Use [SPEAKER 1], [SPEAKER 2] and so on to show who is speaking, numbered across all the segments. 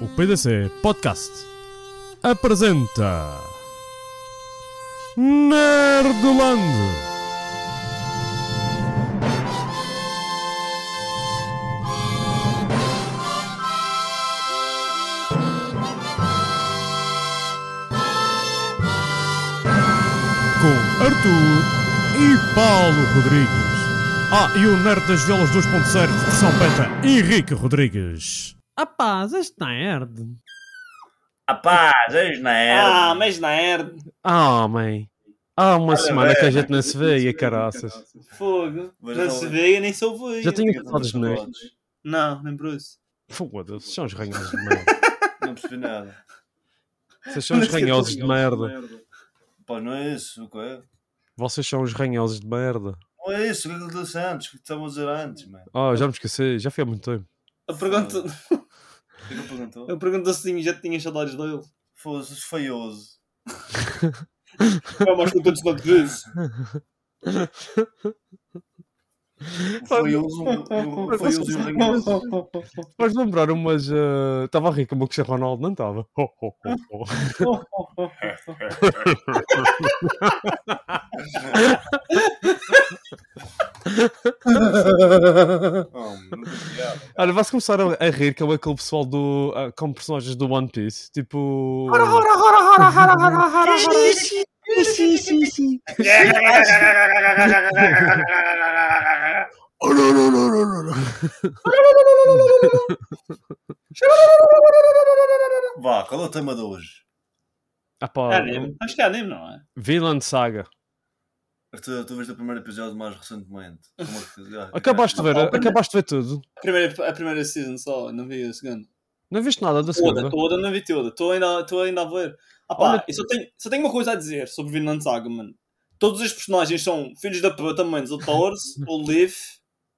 [SPEAKER 1] O PDC Podcast apresenta Nerdland. Com Arthur e Paulo Rodrigues. Ah, e o Nerd das Violas 2.0 versão beta Henrique Rodrigues.
[SPEAKER 2] Rapaz, este nerd.
[SPEAKER 3] Rapaz, hoje não era.
[SPEAKER 4] Ah, mas na herde.
[SPEAKER 2] Ah, mãe. Há uma semana que a gente não se vê, e é caraças.
[SPEAKER 4] Fogo.
[SPEAKER 3] Mas
[SPEAKER 4] Já
[SPEAKER 3] não- é.
[SPEAKER 4] se vê, eu nem sou veia.
[SPEAKER 2] Já tinha saudades de nós.
[SPEAKER 4] Não, nem Bruce.
[SPEAKER 2] Foda-se, são os ranhosos de merda.
[SPEAKER 3] Não percebi nada.
[SPEAKER 2] Vocês são os ranhosos é de merda.
[SPEAKER 3] Pá, não é isso, o que é?
[SPEAKER 2] Vocês são os ranhosos de merda.
[SPEAKER 3] Não é isso, o que é que eu disse antes? O que estávamos a dizer antes, mano?
[SPEAKER 2] Ah, já me esqueci, já foi há muito tempo.
[SPEAKER 4] Eu pergunto,
[SPEAKER 3] O que é que ele perguntou?
[SPEAKER 4] eu pergunto se tinha- já tinha saudades dele.
[SPEAKER 3] Foda-se, feioso.
[SPEAKER 4] Eu mais que todos os vezes.
[SPEAKER 3] O feioso, o, o
[SPEAKER 4] um
[SPEAKER 3] feioso e um o ranhoso.
[SPEAKER 2] Faz lembrar umas. eh, Estava a rir como o Cristiano Ronaldo não estava. Ho, ho, ho, ho.
[SPEAKER 3] Oh, mano, nunca vi nada.
[SPEAKER 2] Olha, vai-se começar a, a rir como aquele pessoal do. ah, como personagens do One Piece. Tipo.
[SPEAKER 3] Vá, qual é o tema de hoje?
[SPEAKER 2] Ah, pá,
[SPEAKER 4] É anime. Acho que é anime, não é?
[SPEAKER 2] Villain Saga.
[SPEAKER 3] Arthur, tu viste o primeiro episódio mais recentemente. Como é que- ah,
[SPEAKER 2] Acabaste de ver,
[SPEAKER 4] Ah, pá,
[SPEAKER 2] acabaste de ver tudo.
[SPEAKER 4] A primeira, a primeira season só, não vi a segunda.
[SPEAKER 2] Não viste nada
[SPEAKER 4] Toda,
[SPEAKER 2] da segunda?
[SPEAKER 4] toda, não vi toda. Estou ainda, tô ainda a ver. Ah pá, eu só tenho, só tenho uma coisa a dizer sobre Vinland Saga, mano. Todos os personagens são filhos da puta, mano. O Thor, o Liv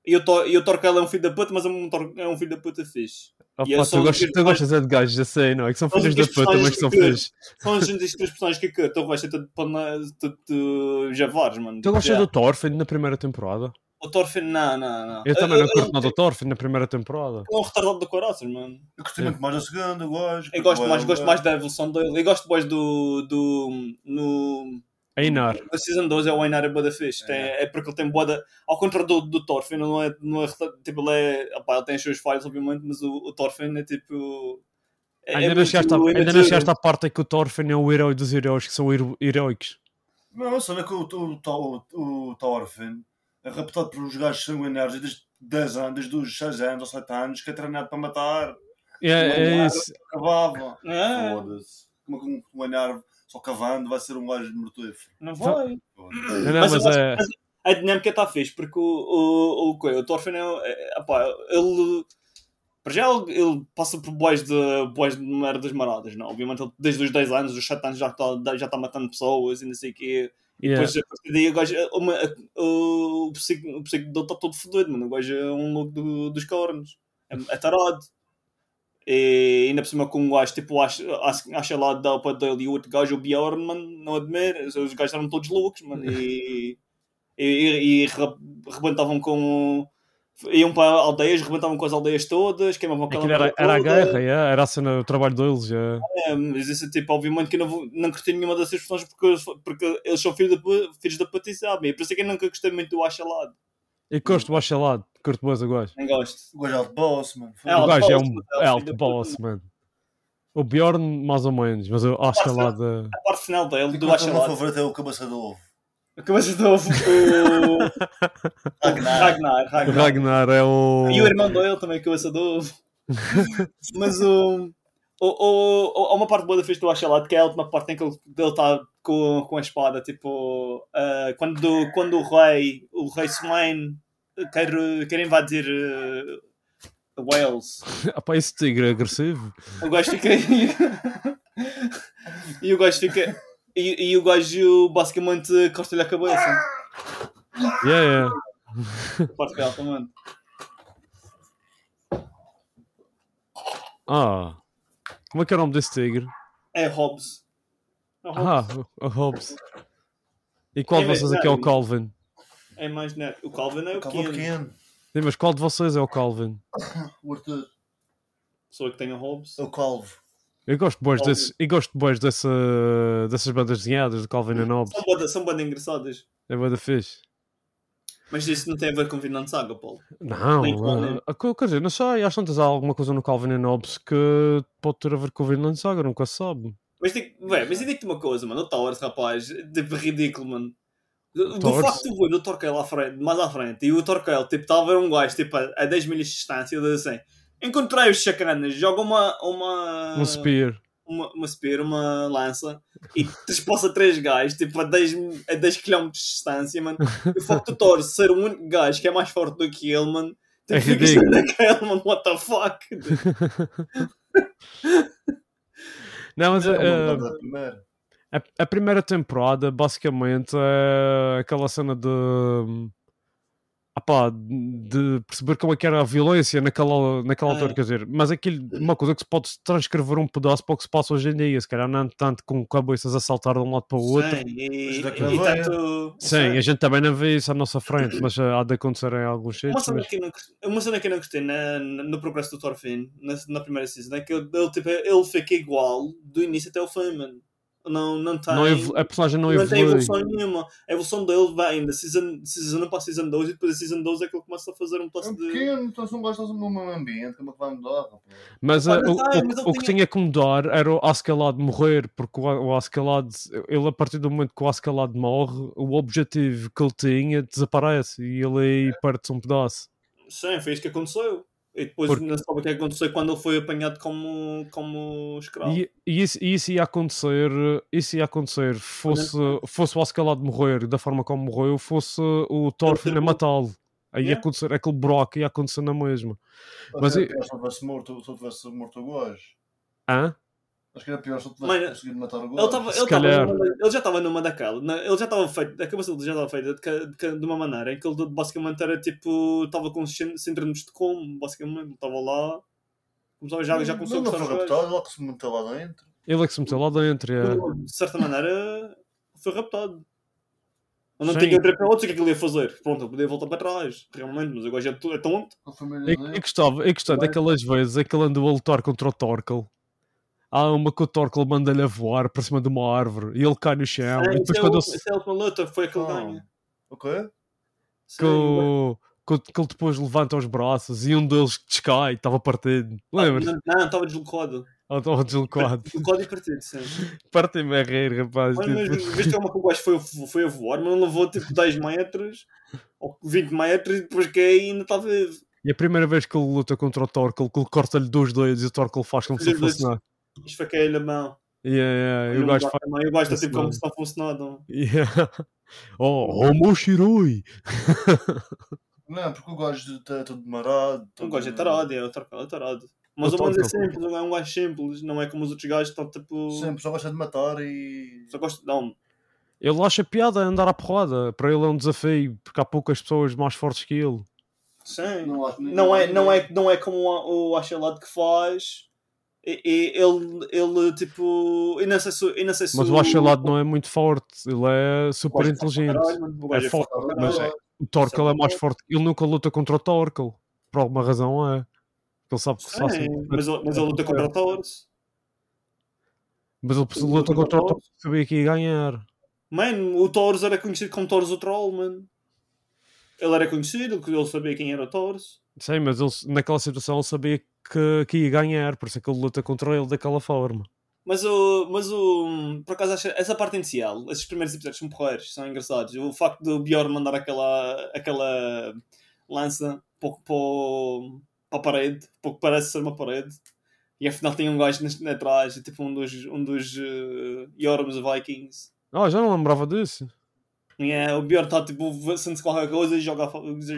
[SPEAKER 4] e o Thor, e o Thor que ele é um filho da puta, mas é um, Thor- é um filho da puta fixe.
[SPEAKER 2] Ah,
[SPEAKER 4] E eu
[SPEAKER 2] pá,
[SPEAKER 4] sou
[SPEAKER 2] tu,
[SPEAKER 4] um
[SPEAKER 2] gostas,
[SPEAKER 4] dos
[SPEAKER 2] tu gostas é de gajos, já sei, não é? Que são
[SPEAKER 4] Sou um
[SPEAKER 2] filhos da
[SPEAKER 4] dos
[SPEAKER 2] puta, mas que são
[SPEAKER 4] personagens
[SPEAKER 2] filhos.
[SPEAKER 4] São os únicos três personagens que eu estou gosto, é tudo, pana- tudo, tudo javares, mano.
[SPEAKER 2] Tu gostas
[SPEAKER 4] Yeah.
[SPEAKER 2] do Thorfinn na primeira temporada?
[SPEAKER 4] O Thorfinn, não, não, não.
[SPEAKER 2] Eu também não
[SPEAKER 4] Ele-
[SPEAKER 2] curto nada do Thorfinn na primeira temporada.
[SPEAKER 4] ele É um retardado do coração, mano.
[SPEAKER 3] Eu
[SPEAKER 2] é.
[SPEAKER 3] gostei muito mais da segunda, eu gosto.
[SPEAKER 4] Eu gosto
[SPEAKER 3] Ué,
[SPEAKER 4] mais,
[SPEAKER 3] ué.
[SPEAKER 4] gosto mais da evolução dele. Eu gosto mais do. do no,
[SPEAKER 2] É Einar.
[SPEAKER 4] A Season 2 é o Einar Boda Fish. Tem, é. porque ele tem boda. Ao contrário do, do Thorfinn, não é, não é. Tipo, ele é. opá, ele tem as suas falhas, obviamente, mas o, o Thorfinn é tipo. é- é
[SPEAKER 2] Ainda não
[SPEAKER 4] muito
[SPEAKER 2] chegaste à- ainda não
[SPEAKER 4] imaturo.
[SPEAKER 2] chegaste à parte em que o Thorfinn é o herói dos heróis que são hero- heroicos.
[SPEAKER 3] Não, eu sabia que o, o, o, o, o Thorfinn é raptado por uns gajos sanguinários desde 10 anos, desde os 6 anos ou 7 anos, que é treinado para matar,
[SPEAKER 2] É, é
[SPEAKER 3] Não,
[SPEAKER 2] isso.
[SPEAKER 3] cavava.
[SPEAKER 4] É,
[SPEAKER 3] Foda-se. Como é que um- um anhar só cavando vai ser um gajo mortífero?
[SPEAKER 4] não vai.
[SPEAKER 3] Foda-se.
[SPEAKER 2] Não, não,
[SPEAKER 4] Mas eu
[SPEAKER 2] mas
[SPEAKER 4] acho-
[SPEAKER 2] é.
[SPEAKER 4] mas A dinâmica está fixe, porque o, o, o, coi- o Thorfinn é. é opá, ele. Para já ele, ele passa por bois de, bois de merdas maradas, não? Obviamente, ele, desde os 10 anos, os 7 anos já está já tá matando pessoas e não sei o quê.
[SPEAKER 2] yeah.
[SPEAKER 4] Pois, a partir daí o gajo. é uma- é- o o psico o psico dele está todo fodido, mano. O gajo é um louco do- dos cornos. É, é tarado. E ainda por cima com um gajo tipo acha, acha lá da para dele e o outro gajo, o Bjorn, mano, não admira. Os os gajos eram todos loucos, mano. E, e, e, e re- rebentavam com. Iam para aldeias, rebentavam com as aldeias todas, queimavam aquela
[SPEAKER 2] Aquilo era,
[SPEAKER 4] merda
[SPEAKER 2] era a
[SPEAKER 4] toda.
[SPEAKER 2] guerra, yeah, era a cena, o trabalho deles. yeah.
[SPEAKER 4] É, mas isso, tipo, obviamente que eu não, vou, não curti nenhuma dessas personagens porque, eles- porque eles são filhos da, pu- filhos da puta e sabem. E por isso é que eu nunca gostei muito do Achalado.
[SPEAKER 2] E curto o Achalado, curto mais o gajo.
[SPEAKER 4] Não gosto.
[SPEAKER 3] O gajo é o boss, mano.
[SPEAKER 4] É
[SPEAKER 2] O
[SPEAKER 4] alto
[SPEAKER 2] gajo é
[SPEAKER 4] boss, mas
[SPEAKER 2] um
[SPEAKER 4] é o
[SPEAKER 2] é
[SPEAKER 4] filho
[SPEAKER 2] alto
[SPEAKER 4] da
[SPEAKER 2] boss, mano. O Bjorn, mais ou menos, mas o Achalado.
[SPEAKER 4] A parte final dele,
[SPEAKER 3] E
[SPEAKER 4] do
[SPEAKER 3] qual é o meu
[SPEAKER 4] Achalado.
[SPEAKER 3] favorito é o cabeça de ovo.
[SPEAKER 4] O A cabeça de ovo. O
[SPEAKER 3] Ragnar.
[SPEAKER 4] Ragnar.
[SPEAKER 2] O
[SPEAKER 4] Ragnar.
[SPEAKER 2] Ragnar é um.
[SPEAKER 4] E o irmão dele também, cabeça de ovo. Mas um, o, o, o, há uma parte boa da festa do Achelado que é a última parte em que ele está com, com a espada. Tipo, ah, quando, quando o rei, o rei Swain quer, quer invadir ah, Wales,
[SPEAKER 2] Ah, pá, esse tigre é agressivo.
[SPEAKER 4] o gajo fica. e o gajo fica. E, e o gajo basicamente corta-lhe a cabeça.
[SPEAKER 2] Yeah, yeah.
[SPEAKER 4] Parte dela também.
[SPEAKER 2] Ah. Como é que é o nome desse tigre?
[SPEAKER 4] É Hobbes. É Hobbes.
[SPEAKER 2] Ah, o, o Hobbes. E qual de
[SPEAKER 4] É
[SPEAKER 2] vocês aqui é o
[SPEAKER 4] verdade.
[SPEAKER 2] Calvin?
[SPEAKER 4] É mais né? O Calvin é o
[SPEAKER 3] Calma
[SPEAKER 4] Keane.
[SPEAKER 3] pequeno.
[SPEAKER 2] Sim, mas qual de vocês é o Calvin?
[SPEAKER 3] O Arthur.
[SPEAKER 4] Pessoa que tem o Hobbes.
[SPEAKER 3] O Calvo.
[SPEAKER 2] Eu gosto boas
[SPEAKER 4] Calvin.
[SPEAKER 2] desse, eu gosto boas dessa, dessas bandas desenhadas do Calvin and Hobbes.
[SPEAKER 4] São banda, são banda engraçadas.
[SPEAKER 2] É boa da fixe.
[SPEAKER 4] Mas isso não tem a ver com Vinland Saga, Paulo.
[SPEAKER 2] Não,
[SPEAKER 4] Tem Calvin.
[SPEAKER 2] ah, ah, co- quer dizer, não sei, às tantas há alguma coisa no Calvin and Hobbes que pode ter a ver com o Vinland Saga, nunca se sabe.
[SPEAKER 4] Mas, digo, véi, mas eu digo-te uma coisa, mano. O Towers, rapaz, tipo, ridículo, mano. Do do
[SPEAKER 2] Towers?
[SPEAKER 4] facto de ver o Torquay lá à frente, mais à frente, e o Torquay, tipo, estava a ver um gajo, tipo, a, a 10 milhas de distância, ele diz assim, encontrei os chacranas, joga uma, uma...
[SPEAKER 2] Um Spear.
[SPEAKER 4] Uma, uma spear, uma lança, e despassa três gajos, tipo, a 10, a 10 km de distância, mano. E o facto do Thor ser o único gajo que é mais forte do que ele, mano.
[SPEAKER 2] É
[SPEAKER 4] Tipo, fica
[SPEAKER 2] ridículo.
[SPEAKER 4] naquele, mano, what the fuck?
[SPEAKER 2] Não,
[SPEAKER 3] É,
[SPEAKER 2] mas ah,
[SPEAKER 3] Vamos lá, primeiro.
[SPEAKER 2] A, a primeira temporada, basicamente, é aquela cena de. hum, ah pá, de perceber como é que era a violência naquela, naquela
[SPEAKER 4] Ah.
[SPEAKER 2] altura, quer dizer, mas aquilo, uma coisa que se pode transcrever um pedaço para o que se passa hoje em dia, se calhar não tanto com cabeças a saltar de um lado para o outro. Sim,
[SPEAKER 4] Sim, e,
[SPEAKER 3] Ajuda
[SPEAKER 4] e
[SPEAKER 3] com a veia.
[SPEAKER 4] tanto-
[SPEAKER 2] a gente também não vê isso à nossa frente, mas ah, há de acontecer em alguns
[SPEAKER 4] Uma
[SPEAKER 2] sítios.
[SPEAKER 4] cena
[SPEAKER 2] Mas...
[SPEAKER 4] que eu não gost- uma cena que eu não gostei na, na- no progresso do Thorfinn, na, na primeira season, é que ele, ele, tipo, ele fica igual do início até o fim, mano. Não, não tem,
[SPEAKER 2] Não evo- a personagem não,
[SPEAKER 4] não tem
[SPEAKER 2] evolui.
[SPEAKER 4] é evolução nenhuma. A evolução dele vem da season, season 1 para a season 2 e depois a season 2 é que ele começa a fazer um
[SPEAKER 3] É
[SPEAKER 4] pedaço
[SPEAKER 3] um
[SPEAKER 4] de.
[SPEAKER 3] pequeno, então se não gostas do meu ambiente, como é que vai mudar, rapaz?
[SPEAKER 2] Mas
[SPEAKER 4] Pá,
[SPEAKER 2] ah,
[SPEAKER 4] não
[SPEAKER 2] o,
[SPEAKER 4] sei,
[SPEAKER 2] o-
[SPEAKER 4] mas ele
[SPEAKER 2] o que
[SPEAKER 4] tinha-
[SPEAKER 2] tinha que mudar era o Ascalad morrer, porque o, o Ascalad, ele a partir do momento que o Ascalad morre, o objetivo que ele tinha desaparece e
[SPEAKER 4] É.
[SPEAKER 2] ele aí parte-se um pedaço.
[SPEAKER 4] Sim, foi isso que aconteceu. E depois
[SPEAKER 2] Porque-
[SPEAKER 4] não sabe o que aconteceu quando ele foi apanhado como, como escravo.
[SPEAKER 2] E, e isso, e isso ia acontecer, isso ia acontecer, fosse, fosse o Ascalad morrer da forma como morreu, fosse o Thorfinn a
[SPEAKER 4] Ele- É.
[SPEAKER 2] matá-lo. Aí ia
[SPEAKER 4] Yeah.
[SPEAKER 2] acontecer, aquele buraco ia acontecer na mesma. Mas
[SPEAKER 3] Acho
[SPEAKER 2] e-
[SPEAKER 3] que era pior se eu tivesse morto, se eu tivesse morto o gojo.
[SPEAKER 2] Hã?
[SPEAKER 3] Acho que era pior se eu
[SPEAKER 4] Mas-
[SPEAKER 3] tivesse conseguido matar o
[SPEAKER 4] Ele,
[SPEAKER 3] gojo.
[SPEAKER 4] tava,
[SPEAKER 2] Se
[SPEAKER 4] ele, tava
[SPEAKER 2] calhar.
[SPEAKER 4] numa- ele já estava numa daquela. na- Ele já estava feito. A cabeça dele já estava feita de, ca- de ca- de uma maneira em que ele basicamente era tipo. Estava com sin- síndromes de como, basicamente. Estava lá. Começava já, já começou a
[SPEAKER 3] Ele não foi
[SPEAKER 4] gostar dos gajos.
[SPEAKER 3] raptado, logo que se meteu lá dentro.
[SPEAKER 2] Ele é que se meteu lá dentro. é.
[SPEAKER 4] De certa maneira, foi raptado. Eu não
[SPEAKER 2] Sim.
[SPEAKER 4] tinha outra hipótese o que é que ele ia fazer. Pronto, ele podia voltar para trás, realmente, mas agora já é tu- é tonto.
[SPEAKER 3] Com a família
[SPEAKER 2] Eu, eu
[SPEAKER 3] dele.
[SPEAKER 2] gostava, eu gostava daquelas vezes em que ele andou a lutar contra o Torkel. Há uma que o Torkel manda-lhe a voar para cima de uma árvore e ele cai no chão.
[SPEAKER 4] Ah,
[SPEAKER 2] e
[SPEAKER 4] isso
[SPEAKER 2] depois
[SPEAKER 4] é o-
[SPEAKER 2] quando ele,
[SPEAKER 4] isso é a né? última luta, foi aquele ganho.
[SPEAKER 3] O quê?
[SPEAKER 4] Sim,
[SPEAKER 2] que, o- que, o- que ele depois levanta os braços e um deles descai, estava partido.
[SPEAKER 4] Ah,
[SPEAKER 2] Lembra?
[SPEAKER 4] não, não, estava deslocado.
[SPEAKER 2] Ele estava deslocado.
[SPEAKER 4] Deslocado e partido, sim.
[SPEAKER 2] Partem-me a rir, rapaz.
[SPEAKER 4] Mas,
[SPEAKER 2] tipo.
[SPEAKER 4] mas viste como é que o gajo foi, foi a voar, mas ele levou tipo 10 metros ou 20 metros e depois cai e ainda está vivo.
[SPEAKER 2] E a primeira vez que ele luta contra o Torkel, que ele corta-lhe dois dedos e o Torkel faz como se
[SPEAKER 4] Dois
[SPEAKER 2] fosse
[SPEAKER 4] dedos.
[SPEAKER 2] nada.
[SPEAKER 4] Esfaquei-lhe a mão.
[SPEAKER 2] Yeah, yeah, e o
[SPEAKER 4] Não
[SPEAKER 2] gajo
[SPEAKER 4] dá
[SPEAKER 2] faz.
[SPEAKER 4] também. O gajo está tipo como
[SPEAKER 2] Esse
[SPEAKER 4] se não fosse nada.
[SPEAKER 2] Yeah. Oh, Homo Shiroi!
[SPEAKER 3] Não, porque o tá- gojo está todo marado.
[SPEAKER 4] Um
[SPEAKER 3] todo-
[SPEAKER 4] gajo é tarado, é tarado, é tarado. Mas
[SPEAKER 2] Eu
[SPEAKER 4] o mundo é
[SPEAKER 2] tô-
[SPEAKER 4] simples, não é um gajo simples, não é como os outros gajos que estão tipo.
[SPEAKER 3] Sempre só gosta de matar e.
[SPEAKER 4] Só gosto de dar um.
[SPEAKER 2] Ele acha piada andar à porrada. Para ele é um desafio, porque há poucas pessoas mais fortes que ele.
[SPEAKER 4] Sim.
[SPEAKER 3] Não acho nem-
[SPEAKER 4] não é, não é, não é como o, o Achelado que faz. E, e ele, ele tipo. Eu não sei se. Eu não sei se
[SPEAKER 2] Mas o Achelado não é muito forte. Ele é super
[SPEAKER 4] gajo forte pra
[SPEAKER 2] inteligente.
[SPEAKER 4] caralho, mano. O gajo
[SPEAKER 2] É
[SPEAKER 4] é forte
[SPEAKER 3] Tá
[SPEAKER 2] forte,
[SPEAKER 4] pra
[SPEAKER 2] mas
[SPEAKER 4] caralho.
[SPEAKER 2] é- o Torkel é mais forte. Ele nunca luta contra o Torkel. Por alguma razão é. Ele sabe que se faz.
[SPEAKER 4] Sim, É, mas, ele- mas ele luta contra o Taurus.
[SPEAKER 2] É. Mas ele luta contra o Torkel. Sabia que ia ganhar.
[SPEAKER 4] Mano, o Taurus era conhecido como Taurus o Troll, mano. Ele era conhecido, que ele sabia quem era o Taurus.
[SPEAKER 2] Sim, mas ele, naquela situação ele sabia que, que ia ganhar. Por isso é que ele luta contra ele daquela forma.
[SPEAKER 4] Mas o. Mas o. Por acaso acho essa parte inicial, esses primeiros episódios são porreiros, são engraçados. O facto do Bjorn mandar aquela. aquela lança pouco para, para a parede, pouco parece ser uma parede. E afinal tem um gajo nas- atrás, tipo um dos, um dos eh, Yorms Vikings.
[SPEAKER 2] Ah, já não lembrava disso.
[SPEAKER 4] E é, o Bjorn está tipo, sente qualquer coisa e joga,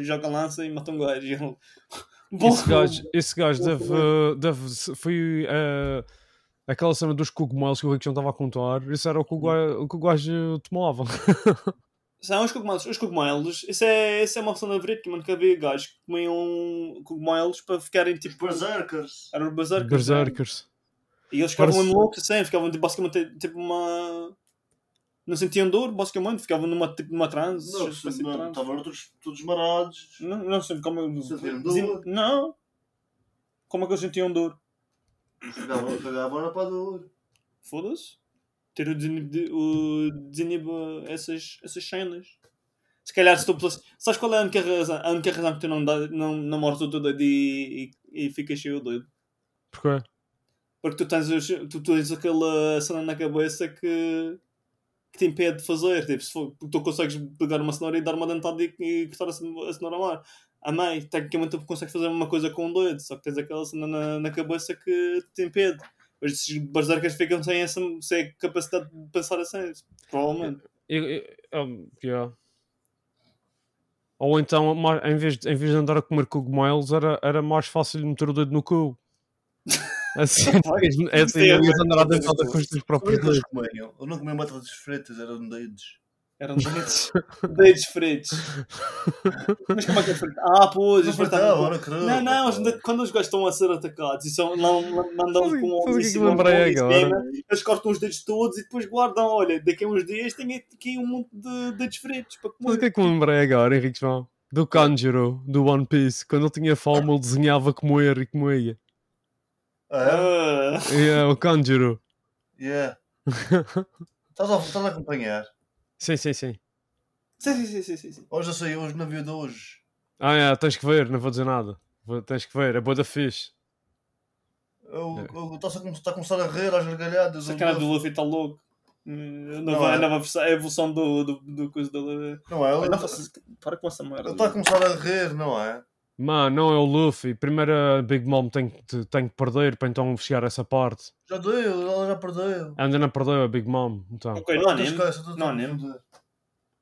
[SPEAKER 4] joga lança e mata um gajo. E ele-
[SPEAKER 2] Esse gajo, esse gajo
[SPEAKER 4] Bom,
[SPEAKER 2] deve, deve. Foi eh, aquela cena dos cogumelos que o Rick John estava a contar. Isso era o que o gajo, o que o gajo tomava.
[SPEAKER 4] São os cogumelos. Os cogumelos, isso é, isso é uma cena verídica, mano. Que havia gajos que comiam cogumelos para ficarem
[SPEAKER 3] Os
[SPEAKER 4] tipo.
[SPEAKER 3] berserkers.
[SPEAKER 4] Eram os berserkers. né?
[SPEAKER 2] Berserkers.
[SPEAKER 4] E eles ficavam
[SPEAKER 2] Parece-
[SPEAKER 4] mesmo loucos assim, ficavam tipo, basicamente tipo uma. Não sentiam dor, basicamente, ficavam numa, tipo, numa transe.
[SPEAKER 3] Não,
[SPEAKER 4] espécie de
[SPEAKER 3] mano,
[SPEAKER 4] transe.
[SPEAKER 3] estavam todos, todos marados.
[SPEAKER 4] Não, não sei como.
[SPEAKER 3] Sentiam dor?
[SPEAKER 4] Não! Como é que eles sentiam dor?
[SPEAKER 3] Cagavam, cagavam era para a dor.
[SPEAKER 4] Foda-se. Ter o desinib- o desinibo essas, essas cenas. Se calhar se tu pudesse- Sabes qual é a única razão, a única razão que tu não, dá, não, não morres o teu doido e, e, e ficas cheio doido?
[SPEAKER 2] Porquê?
[SPEAKER 4] Porque tu tens, os- tu tens aquela cena na cabeça que, que te impede de fazer. Tipo, se for, tu consegues pegar uma cenoura e dar uma dentada e, e cortar a cen- a cenoura ao ar. A mãe, tecnicamente tu consegues fazer uma coisa com um dedo, só que tens aquela cena na, na cabeça que te impede. Mas esses berserkers ficam sem, essa, sem a capacidade de pensar assim, provavelmente.
[SPEAKER 2] Eu- eu- um, yeah. Ou então, ma- em vez, de, em vez de andar a comer cogumelos, era, era mais fácil lhe meter o dedo no cu. Assim, mesmo- é assim,
[SPEAKER 4] Sim,
[SPEAKER 2] não ias andar a
[SPEAKER 4] mas-
[SPEAKER 2] dentada com os
[SPEAKER 3] Como
[SPEAKER 2] teus
[SPEAKER 3] é
[SPEAKER 2] próprios
[SPEAKER 3] que eles
[SPEAKER 2] dedos.
[SPEAKER 3] comiam? Eu não comia batatas fritas, eram dedos. um
[SPEAKER 4] Eram dedos, dedos fritos. Mas como é que é frito? Ah, pois,
[SPEAKER 3] Não
[SPEAKER 4] eles
[SPEAKER 3] fritavam,
[SPEAKER 4] fritavam.
[SPEAKER 3] era cru.
[SPEAKER 4] Não, não, os de- quando os gajos estão a ser atacados e são, não, não- mandam
[SPEAKER 2] Sabe-
[SPEAKER 4] com um
[SPEAKER 2] sabe o que é que
[SPEAKER 4] homicídio, um
[SPEAKER 2] lembrei
[SPEAKER 4] homicídio,
[SPEAKER 2] agora?
[SPEAKER 4] eles cortam os dedos todos e depois guardam. Olha, daqui a uns dias tem aqui um monte de dedos fritos para
[SPEAKER 2] Mas o
[SPEAKER 4] comer.
[SPEAKER 2] que é que me lembrei agora, Henrique João? Do Kanjuro, do One Piece. Quando ele tinha fome, ele desenhava comer e comia.
[SPEAKER 3] Ah, é?
[SPEAKER 4] Ah,
[SPEAKER 2] E é o Kanjuro.
[SPEAKER 3] yeah. Estás a, estás a acompanhar?
[SPEAKER 2] Sim, sim, sim.
[SPEAKER 4] sim, sim, sim, sim, sim, sim.
[SPEAKER 3] Hoje eu sei, hoje não havia de hoje.
[SPEAKER 2] Ah, é, tens que ver, não vou dizer nada. Vou- Tens que ver, é boa da fixe.
[SPEAKER 3] Eu- eu- Está-se a, come- está a começar a rir às gargalhadas.
[SPEAKER 4] Essa
[SPEAKER 3] eu-
[SPEAKER 4] cara é do Luffy está louco. Hum, A
[SPEAKER 3] Não
[SPEAKER 4] nova,
[SPEAKER 3] é?
[SPEAKER 4] a nova versão- a evolução do, do, do coisa da Luffy.
[SPEAKER 3] Não é?
[SPEAKER 4] Não
[SPEAKER 3] Ele
[SPEAKER 4] faças- Para tá com essa merda.
[SPEAKER 3] está a começar a rir, não é?
[SPEAKER 2] Mano, não é o Luffy. Primeiro a Big Mom tem que, te- tem que perder para então chegar a essa parte.
[SPEAKER 3] Já deu, ela já perdeu.
[SPEAKER 2] Ainda não perdeu a Big Mom, então.
[SPEAKER 4] Ok, não há nem.
[SPEAKER 3] Esquece, eu tô-
[SPEAKER 4] Não há nem. Não há